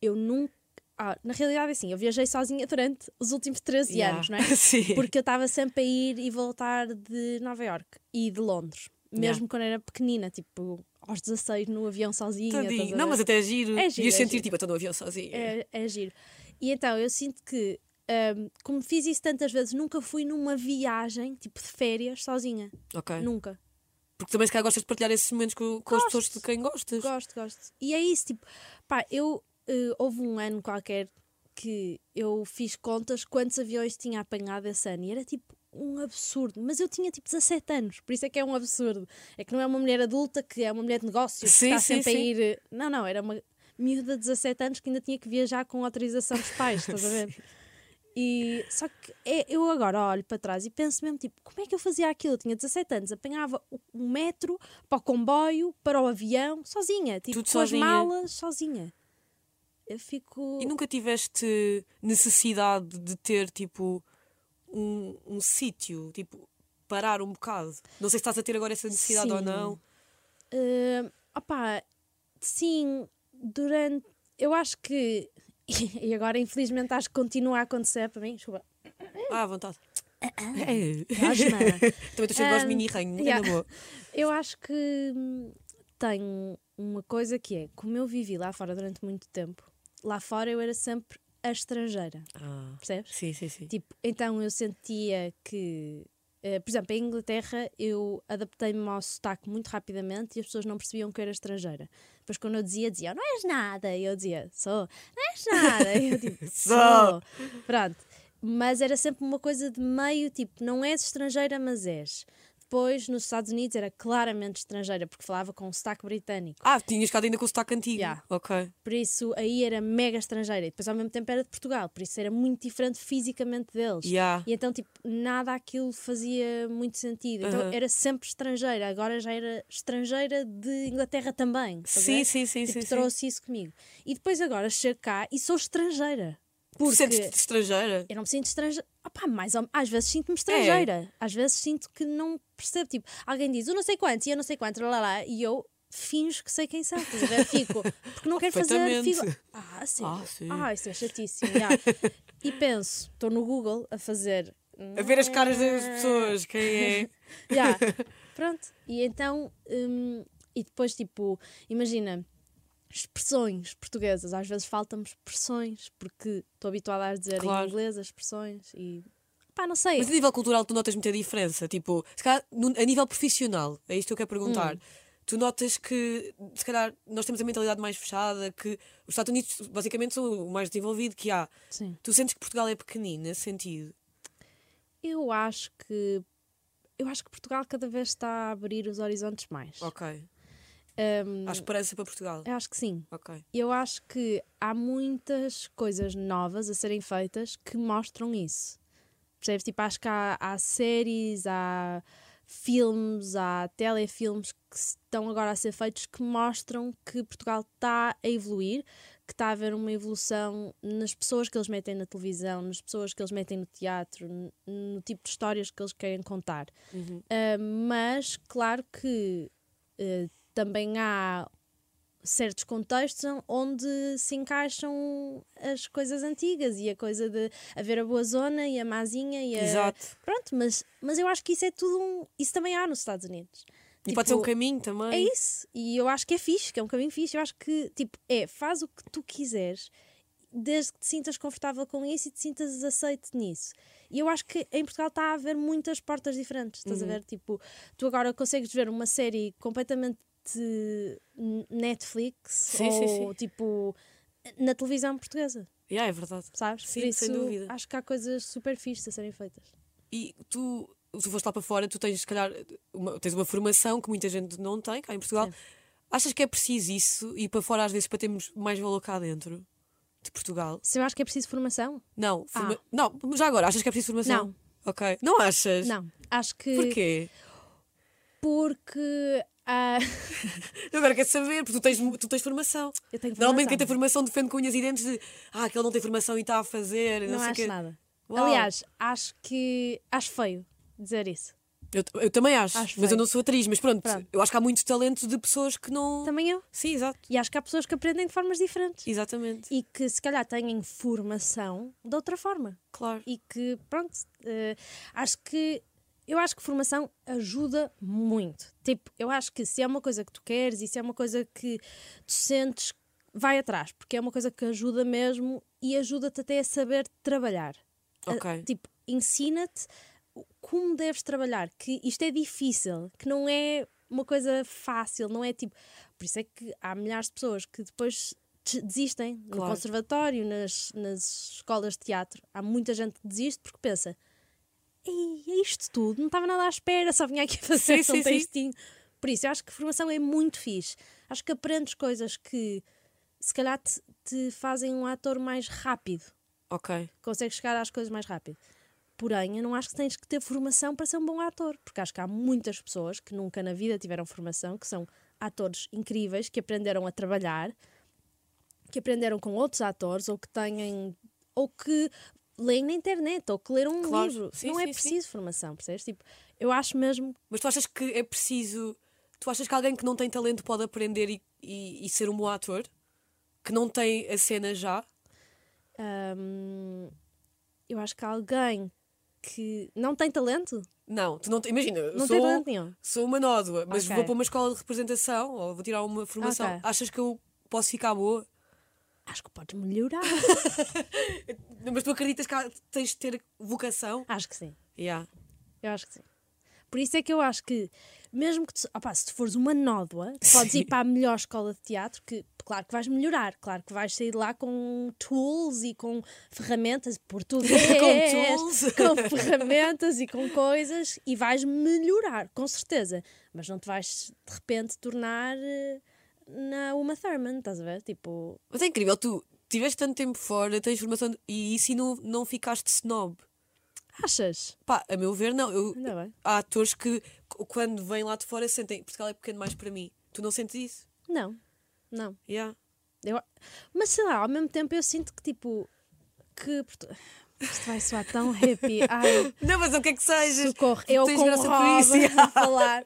[SPEAKER 3] Eu nunca. Ah, na realidade, é assim, eu viajei sozinha durante os últimos 13
[SPEAKER 1] Yeah.
[SPEAKER 3] anos, não é?
[SPEAKER 1] Sim.
[SPEAKER 3] Porque eu estava sempre a ir e voltar de Nova Iorque e de Londres. Mesmo
[SPEAKER 1] Yeah.
[SPEAKER 3] quando era pequenina, tipo, aos 16 no avião sozinha.
[SPEAKER 1] Tadinho.
[SPEAKER 3] estás a
[SPEAKER 1] Não,
[SPEAKER 3] ver?
[SPEAKER 1] mas até é giro.
[SPEAKER 3] É giro,
[SPEAKER 1] Ias
[SPEAKER 3] é
[SPEAKER 1] sentir
[SPEAKER 3] giro.
[SPEAKER 1] tipo, eu estou no avião sozinha.
[SPEAKER 3] é, é giro. E então eu sinto que, ahm, como fiz isso tantas vezes, nunca fui numa viagem, tipo de férias, sozinha.
[SPEAKER 1] Ok.
[SPEAKER 3] Nunca.
[SPEAKER 1] Porque também se calhar gostas de partilhar esses momentos com, com as
[SPEAKER 3] Gosto.
[SPEAKER 1] pessoas de quem gostas.
[SPEAKER 3] Gosto, gosto. E é isso, tipo, pá, eu. eh, houve um ano qualquer que eu fiz contas quantos aviões tinha apanhado esse ano e era tipo um absurdo. Mas eu tinha tipo 17 anos, por isso é que é um absurdo. É que não é uma mulher adulta que é uma mulher de negócios,
[SPEAKER 1] Sim,
[SPEAKER 3] que está
[SPEAKER 1] sim,
[SPEAKER 3] sempre
[SPEAKER 1] sim.
[SPEAKER 3] a ir. eh, Não, não, era uma miúda de 17 anos que ainda tinha que viajar com autorização dos pais, estás a ver? E só que é- eu agora olho para trás e penso mesmo, tipo, como é que eu fazia aquilo? Eu tinha 17 anos, apanhava o- um metro para o comboio, para o avião, sozinha, tipo,
[SPEAKER 1] Tudo
[SPEAKER 3] com
[SPEAKER 1] sozinha.
[SPEAKER 3] as malas, sozinha. Eu fico.
[SPEAKER 1] E nunca tiveste necessidade de ter tipo um, um sítio, tipo, parar um bocado. Não sei se estás a ter agora essa necessidade ou
[SPEAKER 3] Sim.
[SPEAKER 1] não.
[SPEAKER 3] Ah, opá, sim, durante. Eu acho que. E agora, infelizmente, acho que continua a acontecer para mim. Desculpa.
[SPEAKER 1] Ah, à vontade. É.
[SPEAKER 3] Asma.
[SPEAKER 1] Também estou cheia de voz
[SPEAKER 3] ah. Tá. Um,
[SPEAKER 1] mini ranho,
[SPEAKER 3] yeah.
[SPEAKER 1] na boa.
[SPEAKER 3] Eu acho que hum, tenho uma coisa que é, como eu vivi lá fora durante muito tempo, lá fora eu era sempre a estrangeira,
[SPEAKER 1] Ah,
[SPEAKER 3] percebes?
[SPEAKER 1] sim, sim, sim.
[SPEAKER 3] Tipo, então eu sentia que, eh, por exemplo, em Inglaterra eu adaptei-me ao sotaque muito rapidamente e as pessoas não percebiam que eu era estrangeira. Depois quando eu dizia, diziam, não és nada, e eu dizia, sou, não és nada, e eu tipo, sou, pronto. Mas era sempre uma coisa de meio, tipo, não és estrangeira, mas és. Depois, nos Estados Unidos, era claramente estrangeira, porque falava com um sotaque britânico.
[SPEAKER 1] Ah, tinhas ficado ainda com o sotaque antigo.
[SPEAKER 3] Yeah.
[SPEAKER 1] Ok.
[SPEAKER 3] Por isso, aí era mega estrangeira. E depois, ao mesmo tempo, era de Portugal. Por isso, era muito diferente fisicamente deles.
[SPEAKER 1] Yeah.
[SPEAKER 3] E então, tipo, nada aquilo fazia muito sentido. Então,
[SPEAKER 1] Aham.
[SPEAKER 3] era sempre estrangeira. Agora já era estrangeira de Inglaterra também. estás a
[SPEAKER 1] Sim,
[SPEAKER 3] ver?
[SPEAKER 1] sim, sim,
[SPEAKER 3] Tipo,
[SPEAKER 1] sim, sim.
[SPEAKER 3] trouxe isso comigo. E depois, agora, chego cá e sou estrangeira.
[SPEAKER 1] Tu
[SPEAKER 3] Porque
[SPEAKER 1] sentes-te estrangeira?
[SPEAKER 3] eu não me sinto estrangeira. Opá, mais ou- Às vezes
[SPEAKER 1] É.
[SPEAKER 3] sinto-me estrangeira. Às vezes sinto que não percebo. Tipo, alguém diz eu não sei quantos e eu não sei quantos, lá, lá, lá, e eu finjo que sei quem são. Estás a ver? Fico. Porque não quero fazer.
[SPEAKER 1] Perfeitamente.
[SPEAKER 3] Figo. Ah, sim.
[SPEAKER 1] Ah, sim.
[SPEAKER 3] Ah, isso é chatíssimo. já. e penso, estou no Google a fazer. hum,
[SPEAKER 1] A ver as caras das pessoas, quem é?
[SPEAKER 3] Já. Pronto. E então. hum, e depois, tipo, imagina. Expressões portuguesas, às vezes faltam-me expressões, porque estou habituada a dizer
[SPEAKER 1] Claro.
[SPEAKER 3] em inglês as expressões e pá, não sei.
[SPEAKER 1] Mas a nível cultural tu notas muita diferença? Tipo, se calhar, num- a nível profissional, é isto que eu quero perguntar.
[SPEAKER 3] Hum.
[SPEAKER 1] Tu notas que, se calhar, nós temos a mentalidade mais fechada, que os Estados Unidos basicamente são o mais desenvolvido que há.
[SPEAKER 3] Sim.
[SPEAKER 1] Tu sentes que Portugal é pequenino nesse sentido?
[SPEAKER 3] Eu acho que eu acho que Portugal cada vez está a abrir os horizontes mais.
[SPEAKER 1] Ok.
[SPEAKER 3] Hum, É.
[SPEAKER 1] Há esperança para Portugal?
[SPEAKER 3] eu acho que sim.
[SPEAKER 1] Ok.
[SPEAKER 3] Eu acho que há muitas coisas novas a serem feitas que mostram isso. Percebes? Tipo, acho que há, há séries, há filmes, há telefilmes que estão agora a ser feitos que mostram que Portugal está a evoluir, que está a haver uma evolução nas pessoas que eles metem na televisão, nas pessoas que eles metem no teatro, n- no tipo de histórias que eles querem contar. Ah, mas, claro que eh, também há certos contextos onde se encaixam as coisas antigas e a coisa de haver a boa zona e a mazinha e a...
[SPEAKER 1] Exato.
[SPEAKER 3] Pronto, mas, mas eu acho que isso é tudo um... Isso também há nos Estados Unidos.
[SPEAKER 1] E pode ser um caminho também.
[SPEAKER 3] Tipo, É isso. E eu acho que é fixe, que é um caminho fixe. Eu acho que, tipo, é, faz o que tu quiseres, desde que te sintas confortável com isso e te sintas aceite nisso. E eu acho que em Portugal está a haver muitas portas diferentes. Estás
[SPEAKER 1] Uhum.
[SPEAKER 3] a ver? Tipo, tu agora consegues ver uma série completamente n- Netflix
[SPEAKER 1] Sim, sim,
[SPEAKER 3] ou, tipo, na televisão portuguesa,
[SPEAKER 1] Yeah, é verdade.
[SPEAKER 3] sabes?
[SPEAKER 1] Sim,
[SPEAKER 3] Por isso,
[SPEAKER 1] sem dúvida.
[SPEAKER 3] acho que há coisas super fixes a serem feitas.
[SPEAKER 1] E tu, tu foste lá para fora, tu tens, se calhar, uma, tens uma formação que muita gente não tem cá em Portugal. Achas que é preciso isso ir para fora às vezes para termos mais valor cá dentro de Portugal?
[SPEAKER 3] Se eu acho que é preciso formação,
[SPEAKER 1] Não, forma- não, já agora, achas que é preciso formação?
[SPEAKER 3] Ah. Não.
[SPEAKER 1] Ok. Não achas?
[SPEAKER 3] não. Acho que...
[SPEAKER 1] Porquê?
[SPEAKER 3] Porque Ah,
[SPEAKER 1] Eu agora quero saber, porque tu tens, mu- tu tens formação.
[SPEAKER 3] eu tenho
[SPEAKER 1] Normalmente quem tem
[SPEAKER 3] formação.
[SPEAKER 1] formação defende com unhas e dentes de ah, aquele não tem formação e está a fazer. Não,
[SPEAKER 3] Não
[SPEAKER 1] sei
[SPEAKER 3] acho
[SPEAKER 1] quê.
[SPEAKER 3] nada.
[SPEAKER 1] Uau.
[SPEAKER 3] Aliás, acho que. Acho feio dizer isso.
[SPEAKER 1] Eu, eu também acho,
[SPEAKER 3] Acho
[SPEAKER 1] mas eu
[SPEAKER 3] feio.
[SPEAKER 1] não sou atriz. Mas pronto,
[SPEAKER 3] Pronto.
[SPEAKER 1] eu acho que há muito talento de pessoas que não.
[SPEAKER 3] Também eu.
[SPEAKER 1] Sim, exato.
[SPEAKER 3] E acho que há pessoas que aprendem de formas diferentes.
[SPEAKER 1] Exatamente.
[SPEAKER 3] E que se calhar têm formação de outra forma.
[SPEAKER 1] Claro.
[SPEAKER 3] E que, pronto, eh, acho que. Eu acho que formação ajuda muito. Tipo, eu acho que se é uma coisa que tu queres e se é uma coisa que tu sentes, vai atrás, porque é uma coisa que ajuda mesmo e ajuda-te até a saber trabalhar. A-
[SPEAKER 1] Ok.
[SPEAKER 3] tipo, ensina-te o- como deves trabalhar, que isto é difícil, que não é uma coisa fácil, não é tipo. Por isso é que há milhares de pessoas que depois des- desistem no
[SPEAKER 1] Claro.
[SPEAKER 3] conservatório, nas, nas escolas de teatro. Há muita gente que desiste porque pensa: Ei, é isto tudo, não estava nada à espera, só vinha aqui fazer
[SPEAKER 1] Sim,
[SPEAKER 3] um
[SPEAKER 1] sim, sim.
[SPEAKER 3] textinho. Por isso, eu acho que formação é muito fixe. Acho que aprendes coisas que se calhar te, te fazem um ator mais rápido
[SPEAKER 1] Ok.
[SPEAKER 3] consegues chegar às coisas mais rápido. Porém, eu não acho que tens que ter formação para ser um bom ator, porque acho que há muitas pessoas que nunca na vida tiveram formação, que são atores incríveis, que aprenderam a trabalhar, que aprenderam com outros atores, ou que têm. ou que leem na internet, ou que leram um
[SPEAKER 1] Claro.
[SPEAKER 3] livro.
[SPEAKER 1] Sim,
[SPEAKER 3] não é
[SPEAKER 1] sim, sim.
[SPEAKER 3] preciso formação, percebes? Tipo, eu acho mesmo.
[SPEAKER 1] Mas tu achas que é preciso. Tu achas que alguém que não tem talento pode aprender e, e- e ser um bom ator? Que não tem a cena já?
[SPEAKER 3] hum, eu acho que alguém que não tem talento,
[SPEAKER 1] Não, tu não te- imagina, eu
[SPEAKER 3] não
[SPEAKER 1] sou,
[SPEAKER 3] tem talento nenhum.
[SPEAKER 1] sou uma nódoa, mas
[SPEAKER 3] Ok.
[SPEAKER 1] vou para uma escola de representação ou vou tirar uma formação.
[SPEAKER 3] Ok.
[SPEAKER 1] Achas que eu posso ficar boa?
[SPEAKER 3] Acho que podes melhorar.
[SPEAKER 1] Não, Mas tu acreditas que há- tens de ter vocação?
[SPEAKER 3] acho que sim.
[SPEAKER 1] Yeah.
[SPEAKER 3] Eu acho que sim. Por isso é que eu acho que, mesmo que tu, opá, se tu fores uma nódoa, tu podes ir para a melhor escola de teatro, que claro que vais melhorar, claro que vais sair de lá com tools e com ferramentas, português,
[SPEAKER 1] Com tools.
[SPEAKER 3] com ferramentas e com coisas, e vais melhorar, com certeza. Mas não te vais, de repente, tornar eh, na Uma Thurman, estás a ver? Tipo,
[SPEAKER 1] Mas é incrível, tu tiveste tanto tempo fora, tens formação de- e isso e não, não ficaste snob.
[SPEAKER 3] achas?
[SPEAKER 1] Pá, a meu ver, não. Eu,
[SPEAKER 3] Ainda bem.
[SPEAKER 1] há atores que, c- quando vêm lá de fora, sentem Portugal é pequeno mais para mim. Tu não sentes isso?
[SPEAKER 3] Não, não.
[SPEAKER 1] Yeah.
[SPEAKER 3] Eu- Mas sei lá, ao mesmo tempo eu sinto que tipo. Que. Portu- Isto vai soar tão happy. Ai,
[SPEAKER 1] Não, mas o que é que sejas?
[SPEAKER 3] socorro.
[SPEAKER 1] Tu
[SPEAKER 3] Eu
[SPEAKER 1] tens
[SPEAKER 3] com
[SPEAKER 1] graça por
[SPEAKER 3] Rob
[SPEAKER 1] isso.
[SPEAKER 3] a falar.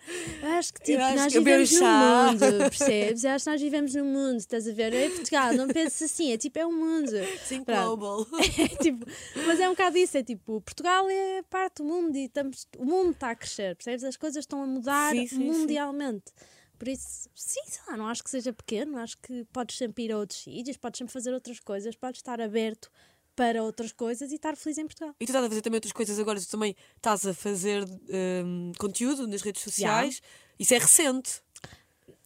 [SPEAKER 3] Acho que tipo,
[SPEAKER 1] acho
[SPEAKER 3] nós
[SPEAKER 1] que eu bebo
[SPEAKER 3] vivemos num
[SPEAKER 1] chá.
[SPEAKER 3] mundo, percebes? Eu Acho que nós vivemos num mundo, estás a ver? É Portugal, não penses assim, é tipo, é um mundo.
[SPEAKER 1] Sim,
[SPEAKER 3] Pronto.
[SPEAKER 1] global.
[SPEAKER 3] É, tipo, mas é um bocado isso, é tipo, Portugal é parte do mundo e estamos, o mundo está a crescer, percebes? As coisas estão a mudar
[SPEAKER 1] Sim, sim, sim.
[SPEAKER 3] mundialmente. Por isso, sim, sei lá, não acho que seja pequeno, acho que podes sempre ir a outros sítios, podes sempre fazer outras coisas, podes estar aberto para outras coisas e estar feliz em Portugal.
[SPEAKER 1] E tu estás a fazer também outras coisas agora, tu também estás a fazer hum, conteúdo nas redes sociais. Isso é recente.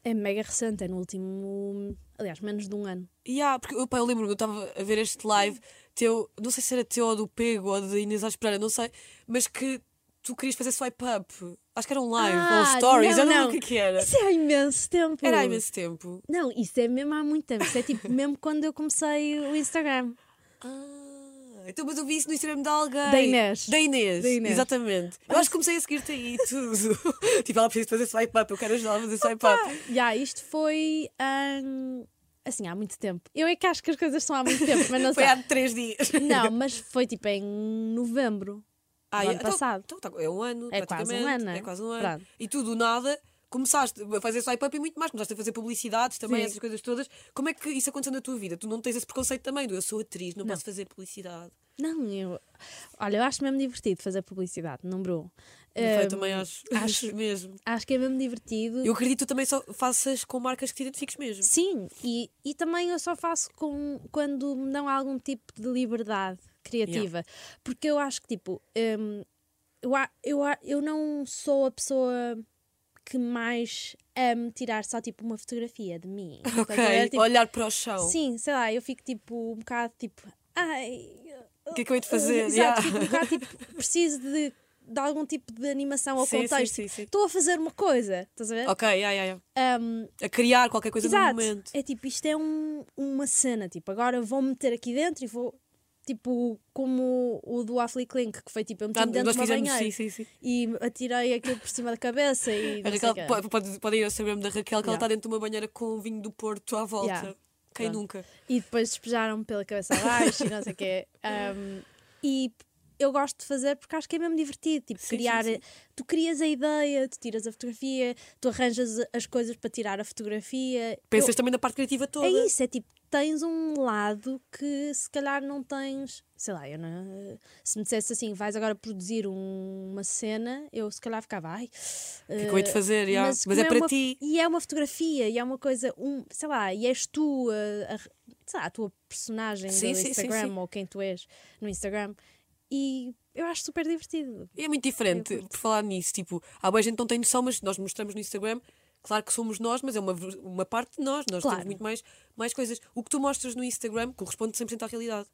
[SPEAKER 3] É mega recente, é no último, aliás, menos de um ano.
[SPEAKER 1] E há, porque eu, pá, eu lembro-me, eu estava a ver este live teu, não sei se era teu ou do Pego ou de Inês Alves Pereira, não sei, mas que tu querias fazer swipe up. Acho que era um live ou
[SPEAKER 3] Ah,
[SPEAKER 1] stories,
[SPEAKER 3] não,
[SPEAKER 1] eu não, lembro
[SPEAKER 3] não.
[SPEAKER 1] o que, que era.
[SPEAKER 3] Isso é há imenso tempo.
[SPEAKER 1] Era há imenso tempo.
[SPEAKER 3] Não, isso é mesmo há muito tempo. Isso é tipo mesmo quando eu comecei o Instagram.
[SPEAKER 1] Ah, então, mas eu vi isso no Instagram de alguém.
[SPEAKER 3] Da Inês.
[SPEAKER 1] Da Inês,
[SPEAKER 3] Da Inês.
[SPEAKER 1] exatamente. Eu acho que comecei a seguir-te aí e tudo. tipo, ela precisa fazer swipe up, eu quero ajudá-la a fazer swipe up.
[SPEAKER 3] Já, isto foi hum, assim há muito tempo. Eu é que acho que as coisas são há muito tempo, mas não
[SPEAKER 1] Foi
[SPEAKER 3] sei.
[SPEAKER 1] há três dias.
[SPEAKER 3] Não, mas foi tipo em novembro.
[SPEAKER 1] Ah,
[SPEAKER 3] do
[SPEAKER 1] é-
[SPEAKER 3] ano passado.
[SPEAKER 1] Então, então tá- é um ano,
[SPEAKER 3] É quase um
[SPEAKER 1] praticamente,
[SPEAKER 3] ano, não é?
[SPEAKER 1] É quase um ano.
[SPEAKER 3] Pronto.
[SPEAKER 1] E tu, do nada, começaste a fazer swipe-up e muito mais. Começaste a fazer publicidades também,
[SPEAKER 3] Sim.
[SPEAKER 1] essas coisas todas. Como é que isso aconteceu na tua vida? Tu não tens esse preconceito também do eu sou atriz, não, posso fazer publicidade.
[SPEAKER 3] Não, eu. Olha, eu acho mesmo divertido fazer publicidade, número um.
[SPEAKER 1] Eu
[SPEAKER 3] Hum,
[SPEAKER 1] também acho.
[SPEAKER 3] acho-
[SPEAKER 1] mesmo.
[SPEAKER 3] acho que é mesmo divertido.
[SPEAKER 1] Eu acredito que tu também só faças com marcas que te identifiques mesmo.
[SPEAKER 3] Sim, e, e também eu só faço com, quando me dão algum tipo de liberdade criativa. Porque eu acho que, tipo, hum, eu, a- eu, a- eu não sou a pessoa que mais amo tirar só, tipo, uma fotografia de mim.
[SPEAKER 1] Ok,
[SPEAKER 3] Estás a ver? Tipo,
[SPEAKER 1] olhar para o chão.
[SPEAKER 3] Sim, sei lá, eu fico, tipo, um bocado, tipo, ai...
[SPEAKER 1] O que é que eu hei de fazer? Yeah.
[SPEAKER 3] Exato, fico um bocado, tipo, preciso de, de algum tipo de animação ou
[SPEAKER 1] Sim, sim,
[SPEAKER 3] contexto.
[SPEAKER 1] sim, sim.
[SPEAKER 3] Estou a fazer uma coisa, estás a ver?
[SPEAKER 1] Ok, yeah, yeah, yeah.
[SPEAKER 3] Hum,
[SPEAKER 1] a criar qualquer coisa no
[SPEAKER 3] Exato.
[SPEAKER 1] momento.
[SPEAKER 3] É tipo, isto é um- uma cena. Tipo, agora vou meter aqui dentro e vou tipo como o do Affleck Link, que foi tipo eu meti-me
[SPEAKER 1] Ah,
[SPEAKER 3] dentro
[SPEAKER 1] nós
[SPEAKER 3] de uma
[SPEAKER 1] fizemos,
[SPEAKER 3] banheira
[SPEAKER 1] sim, sim, sim.
[SPEAKER 3] e atirei aquilo por cima da cabeça e
[SPEAKER 1] A
[SPEAKER 3] não sei
[SPEAKER 1] Raquel,
[SPEAKER 3] o quê.
[SPEAKER 1] po- pode, podem ir ao Instagram da Raquel, que ela
[SPEAKER 3] Yeah.
[SPEAKER 1] está dentro de uma banheira com o vinho do Porto à volta.
[SPEAKER 3] Yeah.
[SPEAKER 1] Quem
[SPEAKER 3] Pronto.
[SPEAKER 1] nunca?
[SPEAKER 3] E depois despejaram-me pela cabeça abaixo e não sei o quê. Um, e eu gosto de fazer porque acho que é mesmo divertido. Tipo,
[SPEAKER 1] Sim,
[SPEAKER 3] criar.
[SPEAKER 1] sim, sim.
[SPEAKER 3] Tu crias a ideia, tu tiras a fotografia, tu arranjas as coisas para tirar a fotografia.
[SPEAKER 1] Pensas também na parte criativa
[SPEAKER 3] Eu-
[SPEAKER 1] toda.
[SPEAKER 3] é isso, é tipo, tens um lado que se calhar não tens. Sei lá, eu não. Se me dissesse assim, vais agora produzir um- uma cena, eu se calhar ficava, ai. eh,
[SPEAKER 1] O que é que eu hei de fazer? yeah. Mas,
[SPEAKER 3] como
[SPEAKER 1] é, para
[SPEAKER 3] uma-
[SPEAKER 1] ti.
[SPEAKER 3] E é uma fotografia, e é uma coisa, um, sei lá, e és tu, a, a- sei lá, a tua personagem
[SPEAKER 1] Sim,
[SPEAKER 3] do
[SPEAKER 1] sim, sim,
[SPEAKER 3] Instagram,
[SPEAKER 1] sim.
[SPEAKER 3] ou quem tu és no Instagram. E eu acho super divertido.
[SPEAKER 1] É muito diferente, por falar nisso. Tipo, há boa gente que não tem noção, mas nós mostramos no Instagram. Claro que somos nós, mas é uma, ver- uma parte de nós. Nós
[SPEAKER 3] Claro.
[SPEAKER 1] temos muito mais, mais coisas. O que tu mostras no Instagram corresponde 100% à realidade.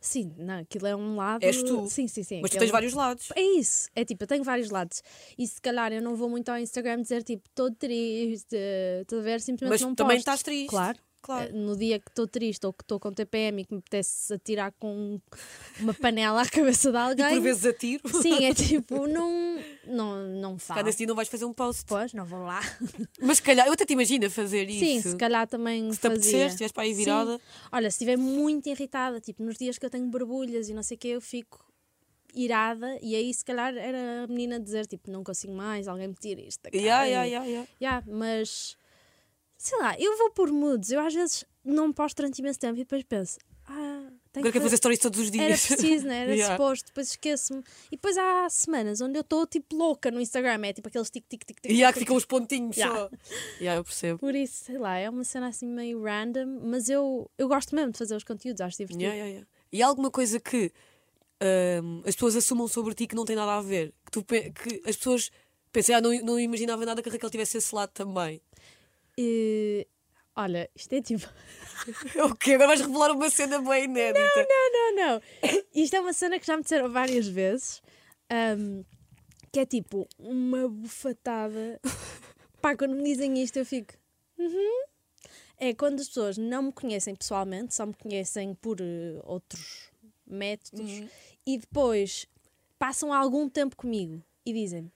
[SPEAKER 3] Sim, não, aquilo é um lado.
[SPEAKER 1] És tu.
[SPEAKER 3] Sim, sim, sim.
[SPEAKER 1] mas tu
[SPEAKER 3] aquele-
[SPEAKER 1] tens vários lados.
[SPEAKER 3] É isso, é tipo, eu tenho vários lados. E se calhar eu não vou muito ao Instagram dizer tipo, estou triste, estou a ver,
[SPEAKER 1] Mas
[SPEAKER 3] simplesmente não
[SPEAKER 1] também
[SPEAKER 3] posto.
[SPEAKER 1] estás triste.
[SPEAKER 3] Claro.
[SPEAKER 1] Claro.
[SPEAKER 3] Eh, No dia que estou triste ou que estou com TPM e que me apetece atirar com uma panela à cabeça de alguém.
[SPEAKER 1] Por vezes a tiro.
[SPEAKER 3] Sim, é tipo, não, não, não
[SPEAKER 1] Cá
[SPEAKER 3] falo.
[SPEAKER 1] nesse dia não vais fazer um post.
[SPEAKER 3] Pois, não vou lá.
[SPEAKER 1] Mas se calhar, eu até te imagino a fazer
[SPEAKER 3] Sim,
[SPEAKER 1] isso.
[SPEAKER 3] se calhar também
[SPEAKER 1] Se te apetecer,
[SPEAKER 3] fazia.
[SPEAKER 1] se estiveres para aí
[SPEAKER 3] Sim.
[SPEAKER 1] virada.
[SPEAKER 3] Olha, se estiver muito irritada, tipo, nos dias que eu tenho borbulhas e não sei o que, eu fico irada e aí se calhar era a menina dizer tipo, não consigo mais, alguém me tira isto. da cara.
[SPEAKER 1] Yeah, yeah, yeah, yeah.
[SPEAKER 3] Yeah, mas sei lá, eu vou por moods. Eu às vezes não posto durante imenso tempo e depois penso, ah, tenho
[SPEAKER 1] Agora
[SPEAKER 3] que
[SPEAKER 1] quero fazer stories todos os dias.
[SPEAKER 3] Era preciso, né? era
[SPEAKER 1] Yeah.
[SPEAKER 3] suposto, depois esqueço-me. E depois há semanas onde eu estou tipo louca no Instagram, é tipo aqueles tic-tic-tic-tic.
[SPEAKER 1] E há que ficam os pontinhos
[SPEAKER 3] Yeah.
[SPEAKER 1] só. Yeah, eu percebo.
[SPEAKER 3] Por isso, sei lá, é uma cena assim meio random, mas eu, eu gosto mesmo de fazer os conteúdos, acho divertido.
[SPEAKER 1] Yeah, yeah, yeah. E há alguma coisa que hum, as pessoas assumam sobre ti que não tem nada a ver? Que, tu, pe- que as pessoas pensam, ah, não, não imaginava nada que a Raquel tivesse esse lado também.
[SPEAKER 3] E, olha, isto é tipo.
[SPEAKER 1] ok, agora vais revelar uma cena bem inédita.
[SPEAKER 3] Não, não. Isto é uma cena que já me disseram várias vezes. ahm, que é tipo uma bufatada. Pá, quando me dizem isto eu fico. "Uhum." É quando as pessoas não me conhecem pessoalmente, só me conhecem por eh, outros métodos e depois passam algum tempo comigo e dizem-me: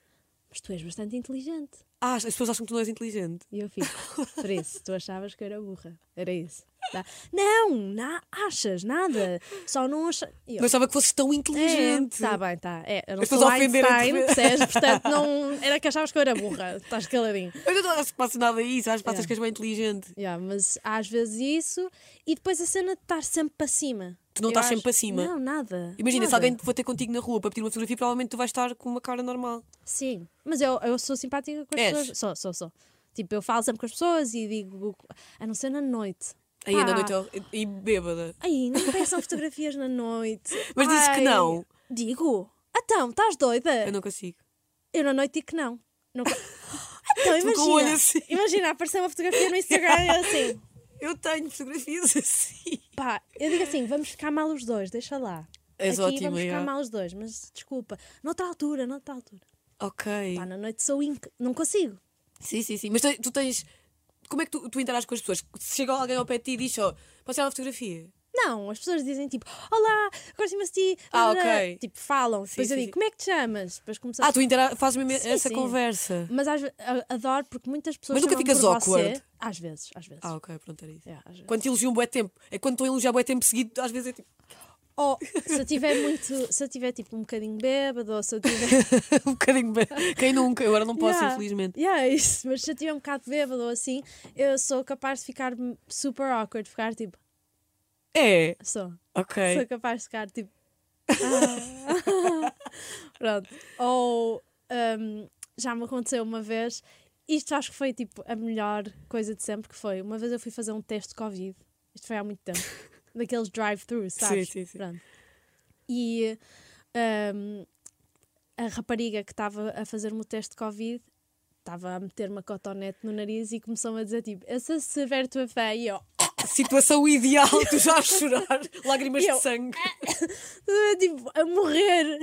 [SPEAKER 3] Mas tu és bastante inteligente.
[SPEAKER 1] Ah, as pessoas acham que tu não és inteligente.
[SPEAKER 3] E eu fico, por isso, tu achavas que eu era burra. Era isso. Tá. Não, na, achas, nada. Só não achas.
[SPEAKER 1] Não achava que fosses
[SPEAKER 3] É,
[SPEAKER 1] tão inteligente.
[SPEAKER 3] Está bem, está. É, eu não
[SPEAKER 1] As
[SPEAKER 3] sou
[SPEAKER 1] pessoas ofenderem-te.
[SPEAKER 3] Einstein, percebes? Portanto, não, era que achavas que eu era burra. Estás caladinho.
[SPEAKER 1] Eu não acho que passa nada a isso, acho que passas
[SPEAKER 3] Yeah.
[SPEAKER 1] que és bem inteligente.
[SPEAKER 3] Yeah, mas às vezes isso. E depois a cena de estar sempre para cima.
[SPEAKER 1] Tu não
[SPEAKER 3] Eu
[SPEAKER 1] estás sempre
[SPEAKER 3] acho-
[SPEAKER 1] para cima.
[SPEAKER 3] Não, nada.
[SPEAKER 1] Imagina, se
[SPEAKER 3] nada.
[SPEAKER 1] alguém te bater contigo na rua para pedir uma fotografia, provavelmente tu vais estar com uma cara normal.
[SPEAKER 3] Sim, mas eu, eu sou simpática com as
[SPEAKER 1] És?
[SPEAKER 3] pessoas. Sou, sou, sou. Tipo, eu falo sempre com as pessoas e digo. A não ser na noite.
[SPEAKER 1] Aí anda à
[SPEAKER 3] Pá,
[SPEAKER 1] noite ao- e e bêbada.
[SPEAKER 3] Ai, não peçam fotografias na noite.
[SPEAKER 1] Mas dizes que
[SPEAKER 3] Ai,
[SPEAKER 1] não.
[SPEAKER 3] Digo. Então, estás doida?
[SPEAKER 1] Eu não consigo.
[SPEAKER 3] Eu na noite digo que não. Não co- Então,
[SPEAKER 1] Tu com o
[SPEAKER 3] imagina.
[SPEAKER 1] olho assim.
[SPEAKER 3] Imagina, aparecer uma fotografia no Instagram e eu assim.
[SPEAKER 1] Eu tenho fotografias assim.
[SPEAKER 3] Pá, eu digo assim, vamos ficar mal os dois, deixa lá.
[SPEAKER 1] És é.
[SPEAKER 3] Aqui
[SPEAKER 1] ótima,
[SPEAKER 3] vamos ficar
[SPEAKER 1] já.
[SPEAKER 3] mal os dois, mas desculpa. Noutra altura, noutra altura.
[SPEAKER 1] Ok.
[SPEAKER 3] Pá, na noite sou inc... Não consigo.
[SPEAKER 1] Sim, sim, sim. Mas tu, tu tens. Como é que tu, tu interages com as pessoas? Se chega alguém ao pé de ti e diz só, posso tirar uma fotografia?
[SPEAKER 3] Não, as pessoas dizem tipo, olá, gosto imenso de ti.
[SPEAKER 1] Ah,
[SPEAKER 3] blá, blá, blá.
[SPEAKER 1] ok.
[SPEAKER 3] Tipo, falam. depois
[SPEAKER 1] sim,
[SPEAKER 3] eu digo,
[SPEAKER 1] sim.
[SPEAKER 3] como é que te chamas? Depois começamos
[SPEAKER 1] Ah, tu intera- fazes mesmo
[SPEAKER 3] Sim,
[SPEAKER 1] essa
[SPEAKER 3] sim.
[SPEAKER 1] conversa.
[SPEAKER 3] Mas às ve- a- adoro porque muitas pessoas.
[SPEAKER 1] Mas nunca
[SPEAKER 3] chamam-me
[SPEAKER 1] ficas
[SPEAKER 3] por
[SPEAKER 1] awkward?
[SPEAKER 3] Você. Às vezes, às vezes.
[SPEAKER 1] Ah, ok, pronto, era isso.
[SPEAKER 3] É, às vezes.
[SPEAKER 1] Quando te elogiam um bué tempo. É quando estão a elogiar bué tempo seguido, às vezes é tipo.
[SPEAKER 3] Ou se eu tiver muito. Se eu tiver tipo um bocadinho bêbado, ou se eu tiver.
[SPEAKER 1] um bocadinho. bué. Quem nunca? Eu agora não posso,
[SPEAKER 3] Yeah.
[SPEAKER 1] infelizmente.
[SPEAKER 3] Yeah, é isso. Mas se eu tiver um bocado bêbado ou assim, eu sou capaz de ficar super awkward, ficar tipo.
[SPEAKER 1] É.
[SPEAKER 3] Sou. Sou
[SPEAKER 1] Ok.
[SPEAKER 3] capaz de ficar tipo. ah. Pronto. Ou hum, já me aconteceu uma vez, isto acho que foi tipo a melhor coisa de sempre que foi. Uma vez eu fui fazer um teste de Covid, isto foi há muito tempo, daqueles drive-thru, sabes?
[SPEAKER 1] Sim, sim, sim.
[SPEAKER 3] Pronto. E hum, a rapariga que estava a fazer-me o teste de Covid. Estava a meter uma cotonete no nariz e começou-me a dizer tipo, essa se ver tua fé e eu,
[SPEAKER 1] Situação ideal, tu já a chorar, lágrimas
[SPEAKER 3] Eu-
[SPEAKER 1] de sangue.
[SPEAKER 3] tipo, a morrer.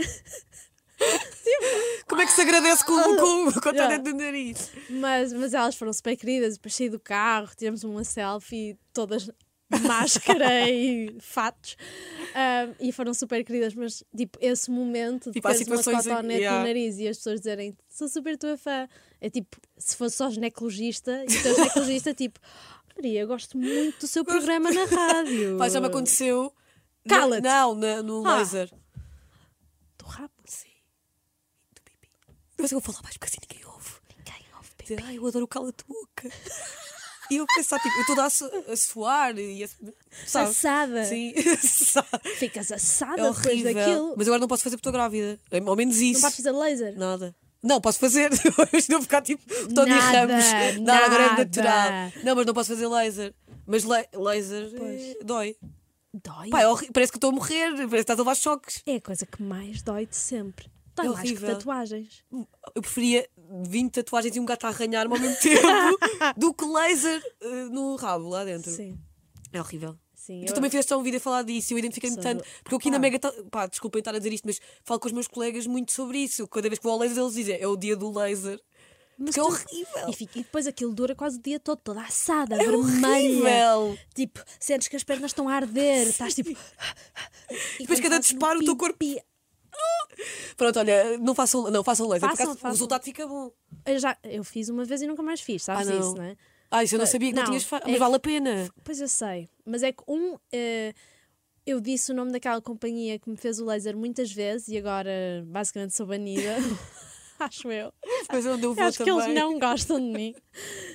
[SPEAKER 1] Como é que se agradece com, com, com a
[SPEAKER 3] Yeah.
[SPEAKER 1] dentro do nariz?
[SPEAKER 3] Mas, mas elas foram super queridas, depois saí do carro, tiramos uma selfie, todas máscara e fatos. Ah, e foram super queridas, mas tipo, esse momento de
[SPEAKER 1] Tipo, há
[SPEAKER 3] teres uma
[SPEAKER 1] situações em-
[SPEAKER 3] cotonete
[SPEAKER 1] yeah.
[SPEAKER 3] no nariz e as pessoas dizerem sou super tua fã. É tipo, se fosse só ginecologista, e o teu ginecologista, tipo, Maria, eu gosto muito do seu programa na rádio.
[SPEAKER 1] Pá, é já me aconteceu.
[SPEAKER 3] Cala-te.
[SPEAKER 1] Na- Não, na- no
[SPEAKER 3] Ah.
[SPEAKER 1] laser.
[SPEAKER 3] Do rabo. Sim.
[SPEAKER 1] Do pipi. Mas eu vou falar mais porque assim ninguém ouve.
[SPEAKER 3] Ninguém ouve pipi.
[SPEAKER 1] Dizer, ai, eu adoro o cala-te boca. e eu pensar, tipo, eu estou a, su- a suar e a. Sabe?
[SPEAKER 3] Assada.
[SPEAKER 1] Sim,
[SPEAKER 3] Ficas assada
[SPEAKER 1] é
[SPEAKER 3] depois
[SPEAKER 1] horrível.
[SPEAKER 3] daquilo.
[SPEAKER 1] Mas agora não posso fazer porque estou grávida. É, Ao menos
[SPEAKER 3] Não
[SPEAKER 1] isso.
[SPEAKER 3] vais fazer laser.
[SPEAKER 1] Nada. Não, posso fazer. Hoje não ficar tipo Tony
[SPEAKER 3] Nada,
[SPEAKER 1] Ramos. Não, agora é
[SPEAKER 3] nada.
[SPEAKER 1] natural. Não, mas não posso fazer laser. Mas la- laser eh,
[SPEAKER 3] Pois.
[SPEAKER 1] dói.
[SPEAKER 3] Dói.
[SPEAKER 1] Pá, é horri- parece que estou a morrer. Parece que estás a levar choques.
[SPEAKER 3] É a coisa que mais dói de sempre. Dói
[SPEAKER 1] É
[SPEAKER 3] mais que
[SPEAKER 1] horrível.
[SPEAKER 3] tatuagens.
[SPEAKER 1] Eu preferia 20 tatuagens e um gato a arranhar-me ao mesmo tempo do que laser eh, no rabo lá dentro.
[SPEAKER 3] Sim.
[SPEAKER 1] É horrível.
[SPEAKER 3] Sim,
[SPEAKER 1] Tu
[SPEAKER 3] eu-
[SPEAKER 1] também fizeste um vídeo a falar disso e eu identifiquei-me
[SPEAKER 3] Sou
[SPEAKER 1] tanto.
[SPEAKER 3] do-
[SPEAKER 1] Porque eu aqui na
[SPEAKER 3] Pá.
[SPEAKER 1] Mega. ta- Pá, desculpem estar a dizer isto, mas falo com os meus colegas muito sobre isso. Cada vez que vou ao laser, eles dizem é o dia do laser.
[SPEAKER 3] Mas
[SPEAKER 1] Porque é
[SPEAKER 3] tu-
[SPEAKER 1] horrível.
[SPEAKER 3] E, fica- e depois aquilo dura quase o dia todo, toda assada,
[SPEAKER 1] É
[SPEAKER 3] vermelha.
[SPEAKER 1] horrível.
[SPEAKER 3] Tipo, sentes que as pernas estão a arder, estás tipo. E
[SPEAKER 1] Depois cada
[SPEAKER 3] quando fazes
[SPEAKER 1] disparo, o teu corpo-
[SPEAKER 3] pipi-
[SPEAKER 1] Pronto, olha, não façam, não, façam laser.
[SPEAKER 3] Façam,
[SPEAKER 1] porque
[SPEAKER 3] façam.
[SPEAKER 1] O resultado fica bom.
[SPEAKER 3] Eu, já, eu fiz uma vez e nunca mais fiz, sabes
[SPEAKER 1] Ah, não.
[SPEAKER 3] isso, não é?
[SPEAKER 1] Ah, isso eu não sabia que não,
[SPEAKER 3] Não,
[SPEAKER 1] tinhas feito.
[SPEAKER 3] é
[SPEAKER 1] Mas
[SPEAKER 3] que-
[SPEAKER 1] vale a pena.
[SPEAKER 3] Pois eu sei, mas é que um. eh, eu disse o nome daquela companhia que me fez o laser muitas vezes e agora basicamente sou banida. Acho eu.
[SPEAKER 1] Mas onde eu
[SPEAKER 3] Eu
[SPEAKER 1] vou
[SPEAKER 3] acho que
[SPEAKER 1] também.
[SPEAKER 3] eles não gostam de mim.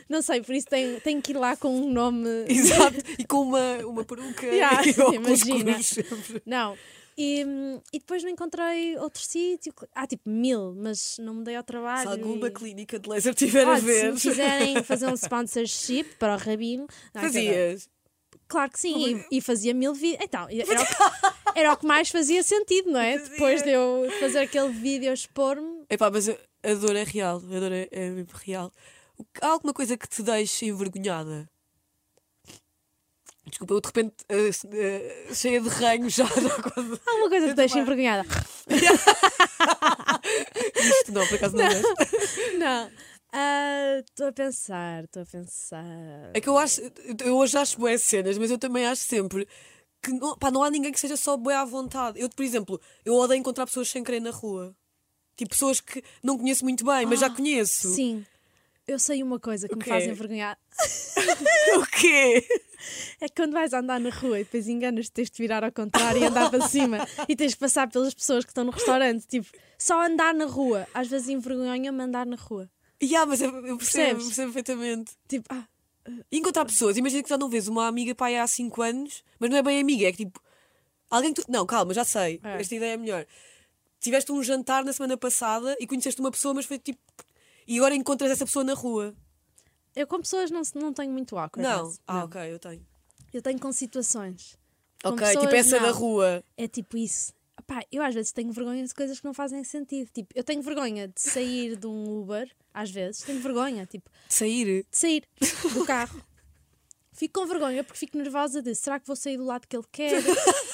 [SPEAKER 3] Não sei, por isso tenho, tenho que ir lá com um nome.
[SPEAKER 1] Exato. E com uma, uma peruca
[SPEAKER 3] Yeah,
[SPEAKER 1] e óculos
[SPEAKER 3] imagina.
[SPEAKER 1] escuros sempre.
[SPEAKER 3] Não. E, hum, e depois não encontrei outro sítio. Há tipo mil, mas não me dei ao
[SPEAKER 1] Se
[SPEAKER 3] trabalho.
[SPEAKER 1] alguma
[SPEAKER 3] e-
[SPEAKER 1] clínica de laser tiver a
[SPEAKER 3] Olha, se
[SPEAKER 1] ver,
[SPEAKER 3] me quiserem fazer um sponsorship para o Rabino. Não, quer dizer,
[SPEAKER 1] fazias.
[SPEAKER 3] Claro que sim, e, e fazia mil vídeos. Então, era o, que, era o que mais fazia sentido, não é?
[SPEAKER 1] Fazia.
[SPEAKER 3] Depois de eu fazer aquele vídeo a expor-me.
[SPEAKER 1] Epá, mas a a dor é real. A dor é, é mesmo real. O que- Há alguma coisa que te deixe envergonhada? Desculpa, eu de repente eh, se- eh, cheia de ranho já. não consigo-
[SPEAKER 3] Há uma coisa que te deixa envergonhada.
[SPEAKER 1] Isto não, por acaso não, é.
[SPEAKER 3] Não. Ah, Estou a pensar, estou a pensar.
[SPEAKER 1] É que eu acho, eu hoje acho boas cenas, mas eu também acho sempre que não, pá, não há ninguém que seja só boa à vontade. Eu, por exemplo, eu odeio encontrar pessoas sem querer na rua. Tipo, pessoas que não conheço muito bem, mas já conheço.
[SPEAKER 3] Ah, Sim. Eu sei uma coisa que
[SPEAKER 1] O
[SPEAKER 3] me
[SPEAKER 1] quê?
[SPEAKER 3] faz envergonhar.
[SPEAKER 1] O quê?
[SPEAKER 3] É que quando vais andar na rua e depois enganas tens de virar ao contrário e andar para cima e tens de passar pelas pessoas que estão no restaurante. Tipo, só andar na rua. Às vezes envergonha-me andar na rua.
[SPEAKER 1] E há, mas eu eu percebo,
[SPEAKER 3] Percebes?
[SPEAKER 1] percebo perfeitamente.
[SPEAKER 3] Tipo, ah,
[SPEAKER 1] E encontrar pessoas, imagina que já não vês uma amiga pai há 5 anos, mas não é bem amiga, é que tipo. Alguém que tu... Não, calma, já sei.
[SPEAKER 3] É.
[SPEAKER 1] Esta ideia é melhor. Tiveste um jantar na semana passada e conheceste uma pessoa, mas foi tipo. E agora encontras essa pessoa na rua.
[SPEAKER 3] eu com pessoas não, se- não tenho muito awkward.
[SPEAKER 1] Não. Ah, ok, eu tenho.
[SPEAKER 3] Eu tenho com situações. Com
[SPEAKER 1] Ok,
[SPEAKER 3] pessoas,
[SPEAKER 1] tipo essa
[SPEAKER 3] não.
[SPEAKER 1] da rua.
[SPEAKER 3] É tipo isso. Pá, eu às vezes tenho vergonha de coisas que não fazem sentido. Tipo, eu tenho vergonha de sair de um Uber, às vezes. Tenho vergonha, tipo,
[SPEAKER 1] De sair.
[SPEAKER 3] de sair do carro. Fico com vergonha porque fico nervosa de será que vou sair do lado que ele quer?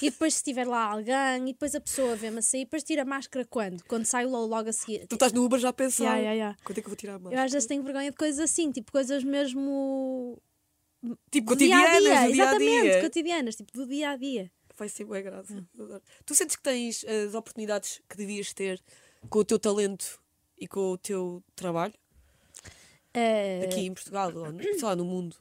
[SPEAKER 3] e depois se tiver lá alguém, e depois a pessoa vê-me a sair, depois tira a máscara quando? Quando saio logo, logo a seguir.
[SPEAKER 1] Tu estás no Uber já a pensar.
[SPEAKER 3] Ya, ya, ya.
[SPEAKER 1] Quanto é que eu vou tirar a
[SPEAKER 3] Eu
[SPEAKER 1] máscara?
[SPEAKER 3] às vezes tenho vergonha de coisas assim, tipo coisas mesmo.
[SPEAKER 1] Tipo,
[SPEAKER 3] do dia a
[SPEAKER 1] cotidianas,
[SPEAKER 3] dia,
[SPEAKER 1] do dia a
[SPEAKER 3] exatamente,
[SPEAKER 1] dia.
[SPEAKER 3] cotidianas, tipo do dia a dia.
[SPEAKER 1] Vai ser boa graça.
[SPEAKER 3] Hum.
[SPEAKER 1] Eu adoro. Tu sentes que tens as oportunidades que devias ter com o teu talento e com o teu trabalho?
[SPEAKER 3] Eh,
[SPEAKER 1] Aqui em Portugal, ou no- sei lá, no mundo.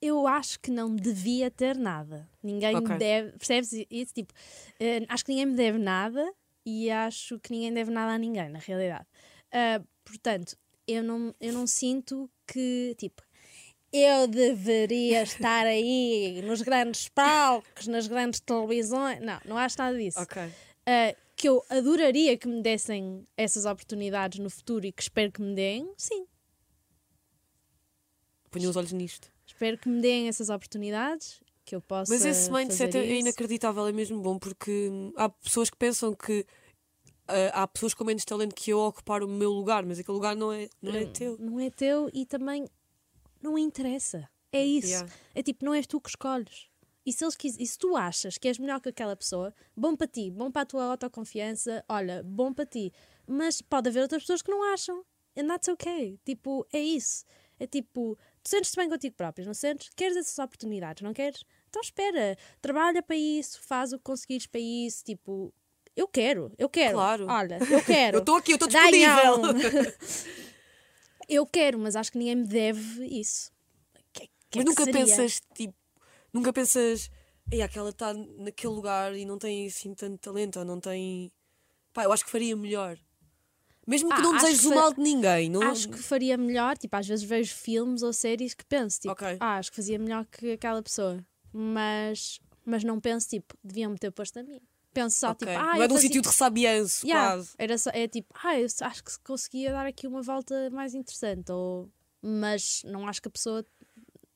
[SPEAKER 3] Eu acho que não devia ter nada. Ninguém
[SPEAKER 1] Ok.
[SPEAKER 3] me deve. Percebes isso? Tipo, eh, acho que ninguém me deve nada e acho que ninguém deve nada a ninguém, na realidade. Ah, portanto, eu não, eu não sinto que, tipo, eu deveria estar aí nos grandes palcos, nas grandes televisões. Não, não acho nada disso.
[SPEAKER 1] Ok.
[SPEAKER 3] Uh, que eu adoraria que me dessem essas oportunidades no futuro e que espero que me deem, sim.
[SPEAKER 1] Ponham os olhos nisto.
[SPEAKER 3] Espero que me deem essas oportunidades, que eu possa.
[SPEAKER 1] Mas esse mindset
[SPEAKER 3] fazer
[SPEAKER 1] é
[SPEAKER 3] isso.
[SPEAKER 1] inacreditável, é mesmo bom, porque hum, há pessoas que pensam que ah, há pessoas com menos talento que eu a ocupar o meu lugar, mas aquele lugar não é, não é teu.
[SPEAKER 3] Não é teu e também não interessa. É isso.
[SPEAKER 1] Yeah.
[SPEAKER 3] É tipo, não és tu que escolhes. E se, eles quis... e se tu achas que és melhor que aquela pessoa, bom para ti, bom para a tua autoconfiança, olha, bom para ti. Mas pode haver outras pessoas que não acham. And that's okay. Tipo, é isso. É tipo, Tu sentes-te bem contigo próprio, não sentes? Queres essas oportunidades, não queres? Então espera, trabalha para isso, faz o que conseguires para isso, tipo, eu quero, eu quero.
[SPEAKER 1] Claro.
[SPEAKER 3] Olha, eu quero. um.
[SPEAKER 1] Eu estou aqui, eu estou
[SPEAKER 3] Ganham.
[SPEAKER 1] disponível.
[SPEAKER 3] eu quero, mas acho que ninguém me deve isso. Que, que
[SPEAKER 1] Mas
[SPEAKER 3] é que
[SPEAKER 1] nunca
[SPEAKER 3] seria?
[SPEAKER 1] pensas, tipo, nunca pensas, ei, aquela está naquele lugar e não tem assim tanto talento, ou não tem. Pá, eu acho que faria melhor. Mesmo que
[SPEAKER 3] Ah,
[SPEAKER 1] não
[SPEAKER 3] acho
[SPEAKER 1] desejes
[SPEAKER 3] que
[SPEAKER 1] o
[SPEAKER 3] fa-
[SPEAKER 1] mal de ninguém, não
[SPEAKER 3] Acho que faria melhor, tipo, às vezes vejo filmes ou séries que penso, tipo,
[SPEAKER 1] Ok.
[SPEAKER 3] ah, acho que fazia melhor que aquela pessoa, mas, mas não penso, tipo, deviam-me ter posto a mim. Penso só,
[SPEAKER 1] Ok.
[SPEAKER 3] tipo, ah,
[SPEAKER 1] não é
[SPEAKER 3] eu
[SPEAKER 1] de um
[SPEAKER 3] fazia-
[SPEAKER 1] sítio de ressabianço,
[SPEAKER 3] Yeah,
[SPEAKER 1] quase.
[SPEAKER 3] Era só, é tipo, ah, eu acho que conseguia dar aqui uma volta mais interessante, ou... mas não acho que a pessoa,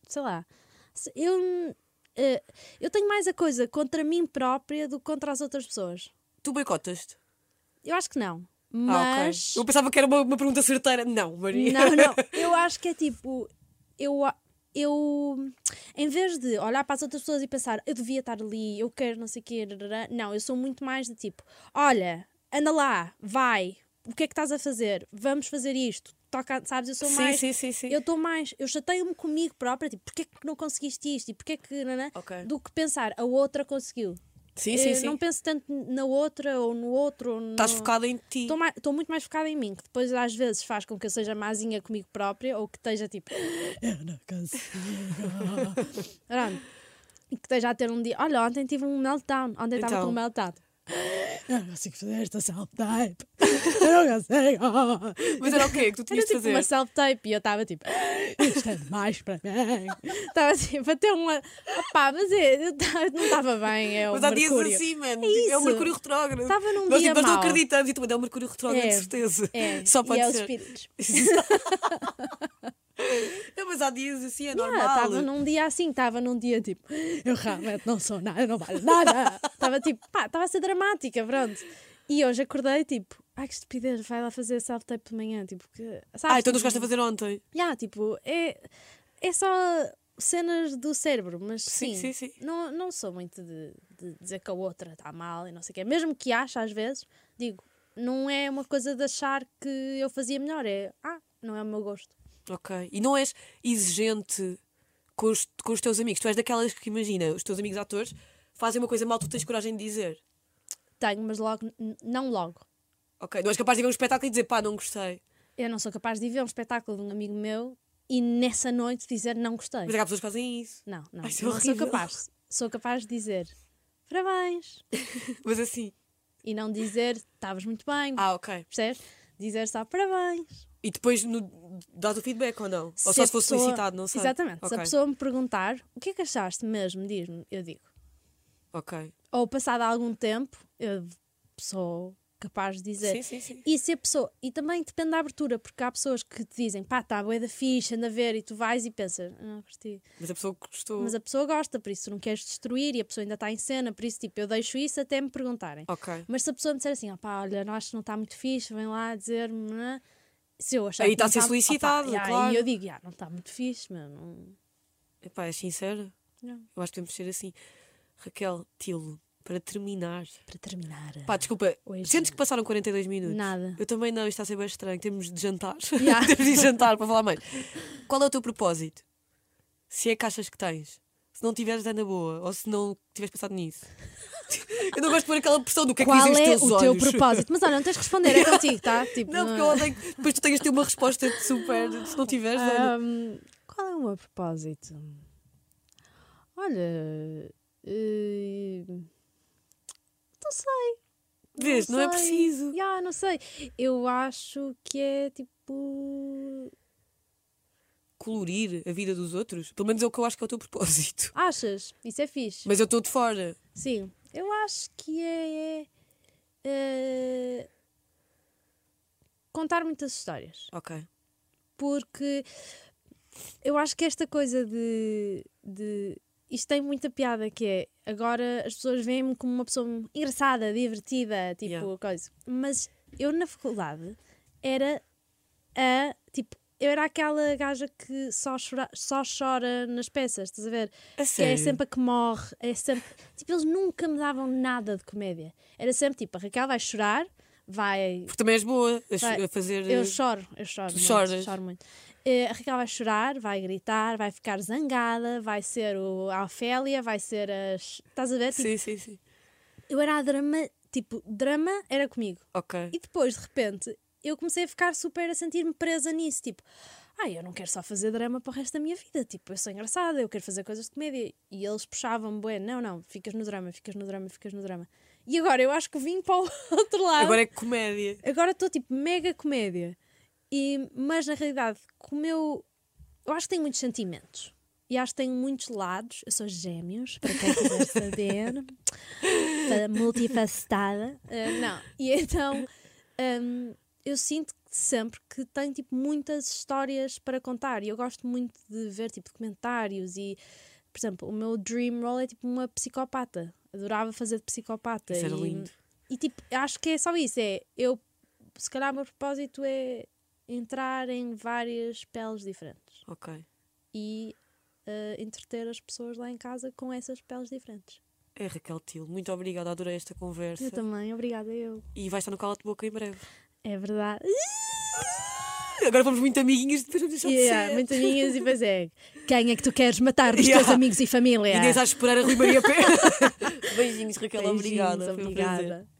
[SPEAKER 3] sei lá, Se- eu, eh, eu tenho mais a coisa contra mim própria do que contra as outras pessoas.
[SPEAKER 1] Tu boicotas-te.
[SPEAKER 3] Eu acho que não,
[SPEAKER 1] Ah, ok.
[SPEAKER 3] mas
[SPEAKER 1] Eu pensava que era uma, uma pergunta certeira. Não, Maria.
[SPEAKER 3] não, não, eu acho que é tipo, eu, a- eu, em vez de olhar para as outras pessoas e pensar, eu devia estar ali, eu quero não sei o quê, rarará", não, eu sou muito mais de tipo, olha, anda lá, vai, o que é que estás a fazer? Vamos fazer isto. Toca, sabes, eu sou
[SPEAKER 1] Sim,
[SPEAKER 3] mais
[SPEAKER 1] sim, sim, sim.
[SPEAKER 3] eu estou mais, eu chateio-me comigo própria, tipo, porque é que não conseguiste isto e porque é que nanã,
[SPEAKER 1] Ok.
[SPEAKER 3] do que pensar a outra conseguiu.
[SPEAKER 1] Sim, sim,
[SPEAKER 3] Eu
[SPEAKER 1] sim.
[SPEAKER 3] eh, Não penso tanto na outra ou no outro. ou
[SPEAKER 1] Estás
[SPEAKER 3] no-
[SPEAKER 1] focada em ti.
[SPEAKER 3] Estou mai- estou muito mais focada em mim, que depois às vezes faz com que eu seja mazinha comigo própria ou que esteja tipo. "Eu não consigo." Pronto. E que esteja a ter um dia. Olha, ontem tive um meltdown. Ontem estava
[SPEAKER 1] Então.
[SPEAKER 3] com um meltdown.
[SPEAKER 4] "Ah, Eu não consigo fazer esta self-type. Eu não consigo.
[SPEAKER 1] Mas era o quê que tu
[SPEAKER 3] Era
[SPEAKER 1] tinhas de
[SPEAKER 3] tipo
[SPEAKER 1] fazer?
[SPEAKER 3] uma self-tape e eu estava tipo.
[SPEAKER 4] Isto é demais para mim.
[SPEAKER 3] Estava tipo a ter uma. Opá, mas é, eu tava- não estava bem. É o
[SPEAKER 1] Mas há dias
[SPEAKER 3] mercúrio.
[SPEAKER 1] assim, mano.
[SPEAKER 3] É
[SPEAKER 1] tipo, É o
[SPEAKER 3] isso.
[SPEAKER 1] Mercúrio Retrógrado.
[SPEAKER 3] Estava
[SPEAKER 1] Nós,
[SPEAKER 3] num
[SPEAKER 1] tipo,
[SPEAKER 4] tipo,
[SPEAKER 3] dia
[SPEAKER 1] nós não
[SPEAKER 3] mau.
[SPEAKER 1] acreditamos e tu, mas é o Mercúrio Retrógrado,
[SPEAKER 3] É.
[SPEAKER 1] de certeza.
[SPEAKER 3] É,
[SPEAKER 1] Só
[SPEAKER 3] e
[SPEAKER 1] pode
[SPEAKER 3] é os
[SPEAKER 1] ser.
[SPEAKER 3] espíritos.
[SPEAKER 1] Não, mas há dias assim, é normal.
[SPEAKER 3] Estava num dia assim, estava num dia tipo.
[SPEAKER 4] Eu realmente não sou nada, eu não valho nada.
[SPEAKER 3] Estava tipo, pá, estava a ser dramática, pronto. E hoje acordei tipo, ai que estupidez, vai lá fazer self-tape de manhã, tipo, que. Sabes?
[SPEAKER 1] Ah, então não
[SPEAKER 3] tipo,
[SPEAKER 1] chegaste a fazer ontem.
[SPEAKER 3] Ya, tipo, é, é só cenas do cérebro, mas
[SPEAKER 1] Sim,
[SPEAKER 3] sim,
[SPEAKER 1] sim, sim.
[SPEAKER 3] Não, não sou muito de, de dizer que a outra está mal e não sei o quê. Mesmo que ache às vezes, digo, não é uma coisa de achar que eu fazia melhor, é, ah, não é o meu gosto.
[SPEAKER 1] Ok. E não és exigente com os, com os teus amigos. Tu és daquelas que, imagina, os teus amigos atores fazem uma coisa mal, tu tens coragem de dizer.
[SPEAKER 3] Tenho, mas logo, n- não logo.
[SPEAKER 1] Ok. Não és capaz de ver um espetáculo e dizer, pá, não gostei.
[SPEAKER 3] Eu não sou capaz de ir ver um espetáculo de um amigo meu e nessa noite dizer não gostei.
[SPEAKER 1] Mas é que há pessoas que fazem isso.
[SPEAKER 3] Não, não,
[SPEAKER 1] Ai, isso é
[SPEAKER 3] não sou
[SPEAKER 1] horrível.
[SPEAKER 3] capaz. Sou capaz de dizer parabéns
[SPEAKER 1] Mas assim.
[SPEAKER 3] e não dizer estavas muito bem,
[SPEAKER 1] Ah, ok.
[SPEAKER 3] percebes? Dizer só parabéns.
[SPEAKER 1] E depois no, dás o feedback ou não? ou só
[SPEAKER 3] a
[SPEAKER 1] se fosse
[SPEAKER 3] pessoa-
[SPEAKER 1] solicitado, não sei.
[SPEAKER 3] Exatamente. Se
[SPEAKER 1] Ok.
[SPEAKER 3] a pessoa me perguntar o que é que achaste mesmo, diz-me, eu digo.
[SPEAKER 1] Ok.
[SPEAKER 3] Ou passado algum tempo, eu sou capaz de dizer.
[SPEAKER 1] Sim, sim, sim.
[SPEAKER 3] E se a pessoa. E também depende da abertura, porque há pessoas que te dizem pá, está boa da ficha, anda a ver, e tu vais e pensas, "Ah, não gostei.
[SPEAKER 1] Mas a pessoa gostou.
[SPEAKER 3] Mas a pessoa gosta, por isso tu não queres destruir e a pessoa ainda está em cena, por isso tipo, eu deixo isso até me perguntarem.
[SPEAKER 1] Ok.
[SPEAKER 3] Mas se a pessoa me disser assim, opá, olha, não acho que não está muito fixe, vem lá dizer-me. né? Se eu achar
[SPEAKER 1] Aí
[SPEAKER 3] que
[SPEAKER 1] está
[SPEAKER 3] não
[SPEAKER 1] a ser
[SPEAKER 3] opá,
[SPEAKER 1] solicitado,
[SPEAKER 3] já,
[SPEAKER 1] claro.
[SPEAKER 3] E eu digo, já, não está muito fixe, mas não.
[SPEAKER 1] Epá, és sincera?
[SPEAKER 3] Não.
[SPEAKER 1] Eu acho que temos de ser assim. Raquel, Tilo, para terminar.
[SPEAKER 3] Para terminar.
[SPEAKER 1] Pá, desculpa,
[SPEAKER 3] Hoje
[SPEAKER 1] sentes que passaram 42 minutos?
[SPEAKER 3] Nada.
[SPEAKER 1] Eu também não, isto está a ser bem estranho. Temos de jantar.
[SPEAKER 3] Ya.
[SPEAKER 1] Temos de ir jantar para falar mais. Qual é o teu propósito? Se é que achas que tens? Se não tiveres, é na boa. Ou se não tiveres pensado nisso? eu não gosto de pôr aquela pressão do que é
[SPEAKER 3] Qual
[SPEAKER 1] que dizem
[SPEAKER 3] é
[SPEAKER 1] os teus
[SPEAKER 3] o teu
[SPEAKER 1] olhos.
[SPEAKER 3] propósito? Mas olha, não tens de responder, é contigo, tá? Tipo,
[SPEAKER 1] Não, porque eu odeio que depois tu tenhas de ter uma resposta de super. Se não tiveres,
[SPEAKER 3] Ah,
[SPEAKER 1] olha.
[SPEAKER 3] Ahm, qual é o meu propósito? Olha. eh, Não sei.
[SPEAKER 1] Vês, não é
[SPEAKER 3] sei.
[SPEAKER 1] preciso.
[SPEAKER 3] Ya, ah, não sei. Eu acho que é tipo.
[SPEAKER 1] Colorir a vida dos outros. Pelo menos é o que eu acho que é o teu propósito.
[SPEAKER 3] Achas? Isso é fixe.
[SPEAKER 1] Mas eu estou de fora.
[SPEAKER 3] Sim, eu acho que é. é, eh, contar muitas histórias.
[SPEAKER 1] Ok.
[SPEAKER 3] Porque eu acho que esta coisa de. de isto tem muita piada que é agora as pessoas veem-me como uma pessoa engraçada, divertida, tipo
[SPEAKER 1] Yeah.
[SPEAKER 3] coisa. Mas eu na faculdade era a tipo, eu era aquela gaja que só chora, só chora nas peças, estás a ver?
[SPEAKER 1] A
[SPEAKER 3] Que é
[SPEAKER 1] sério?
[SPEAKER 3] sempre a que morre, é sempre. Tipo, eles nunca me davam nada de comédia. Era sempre tipo, a Raquel vai chorar, vai.
[SPEAKER 1] Porque também és boa a,
[SPEAKER 3] vai-
[SPEAKER 1] a fazer.
[SPEAKER 3] Eu choro, eu choro.
[SPEAKER 1] Tu
[SPEAKER 3] muito,
[SPEAKER 1] choras?
[SPEAKER 3] Choro muito. Eh, A Raquel vai chorar, vai gritar, vai ficar zangada, vai ser o, a Ofélia, vai ser as. Estás a ver? Tipo,
[SPEAKER 1] Sim, sim, sim.
[SPEAKER 3] eu era a drama, tipo, drama era comigo.
[SPEAKER 1] Ok.
[SPEAKER 3] E depois, de repente, eu comecei a ficar super a sentir-me presa nisso. Tipo, ah, eu não quero só fazer drama para o resto da minha vida. Tipo, eu sou engraçada, eu quero fazer coisas de comédia. E eles puxavam-me, bueno, não, não, ficas no drama, ficas no drama, ficas no drama. E agora eu acho que vim para o outro lado.
[SPEAKER 1] Agora é comédia.
[SPEAKER 3] Agora estou tipo mega comédia. E, mas na realidade, como eu. Eu acho que tenho muitos sentimentos. E acho que tenho muitos lados. Eu sou gêmeos, para quem quiser saber. Fa- Multifacetada. Ah, não. E então. hum, eu sinto que sempre que tenho tipo muitas histórias para contar e eu gosto muito de ver tipo documentários e por exemplo o meu dream role é tipo uma psicopata adorava fazer de psicopata
[SPEAKER 1] Isso era
[SPEAKER 3] e-
[SPEAKER 1] lindo.
[SPEAKER 3] e tipo, acho que é só isso. É eu, se calhar, o meu propósito é entrar em várias peles diferentes
[SPEAKER 1] Ok.
[SPEAKER 3] e eh, entreter as pessoas lá em casa com essas peles diferentes.
[SPEAKER 1] É Raquel Til, muito obrigada, adorei esta conversa.
[SPEAKER 3] Eu também, obrigada. Eu.
[SPEAKER 1] E vai estar no cala de boca em breve.
[SPEAKER 3] É verdade.
[SPEAKER 1] Agora fomos muito amiguinhas, depois vamos deixar
[SPEAKER 3] Yeah,
[SPEAKER 1] de ser.
[SPEAKER 3] muito minhas e pois é. Quem é que tu queres matar dos
[SPEAKER 1] Yeah.
[SPEAKER 3] teus amigos e família?
[SPEAKER 1] Inês a esperar a Rui Maria Pé. Beijinhos, Raquel,
[SPEAKER 3] Beijinhos,
[SPEAKER 1] obrigada. Foi um prazer.
[SPEAKER 3] obrigada.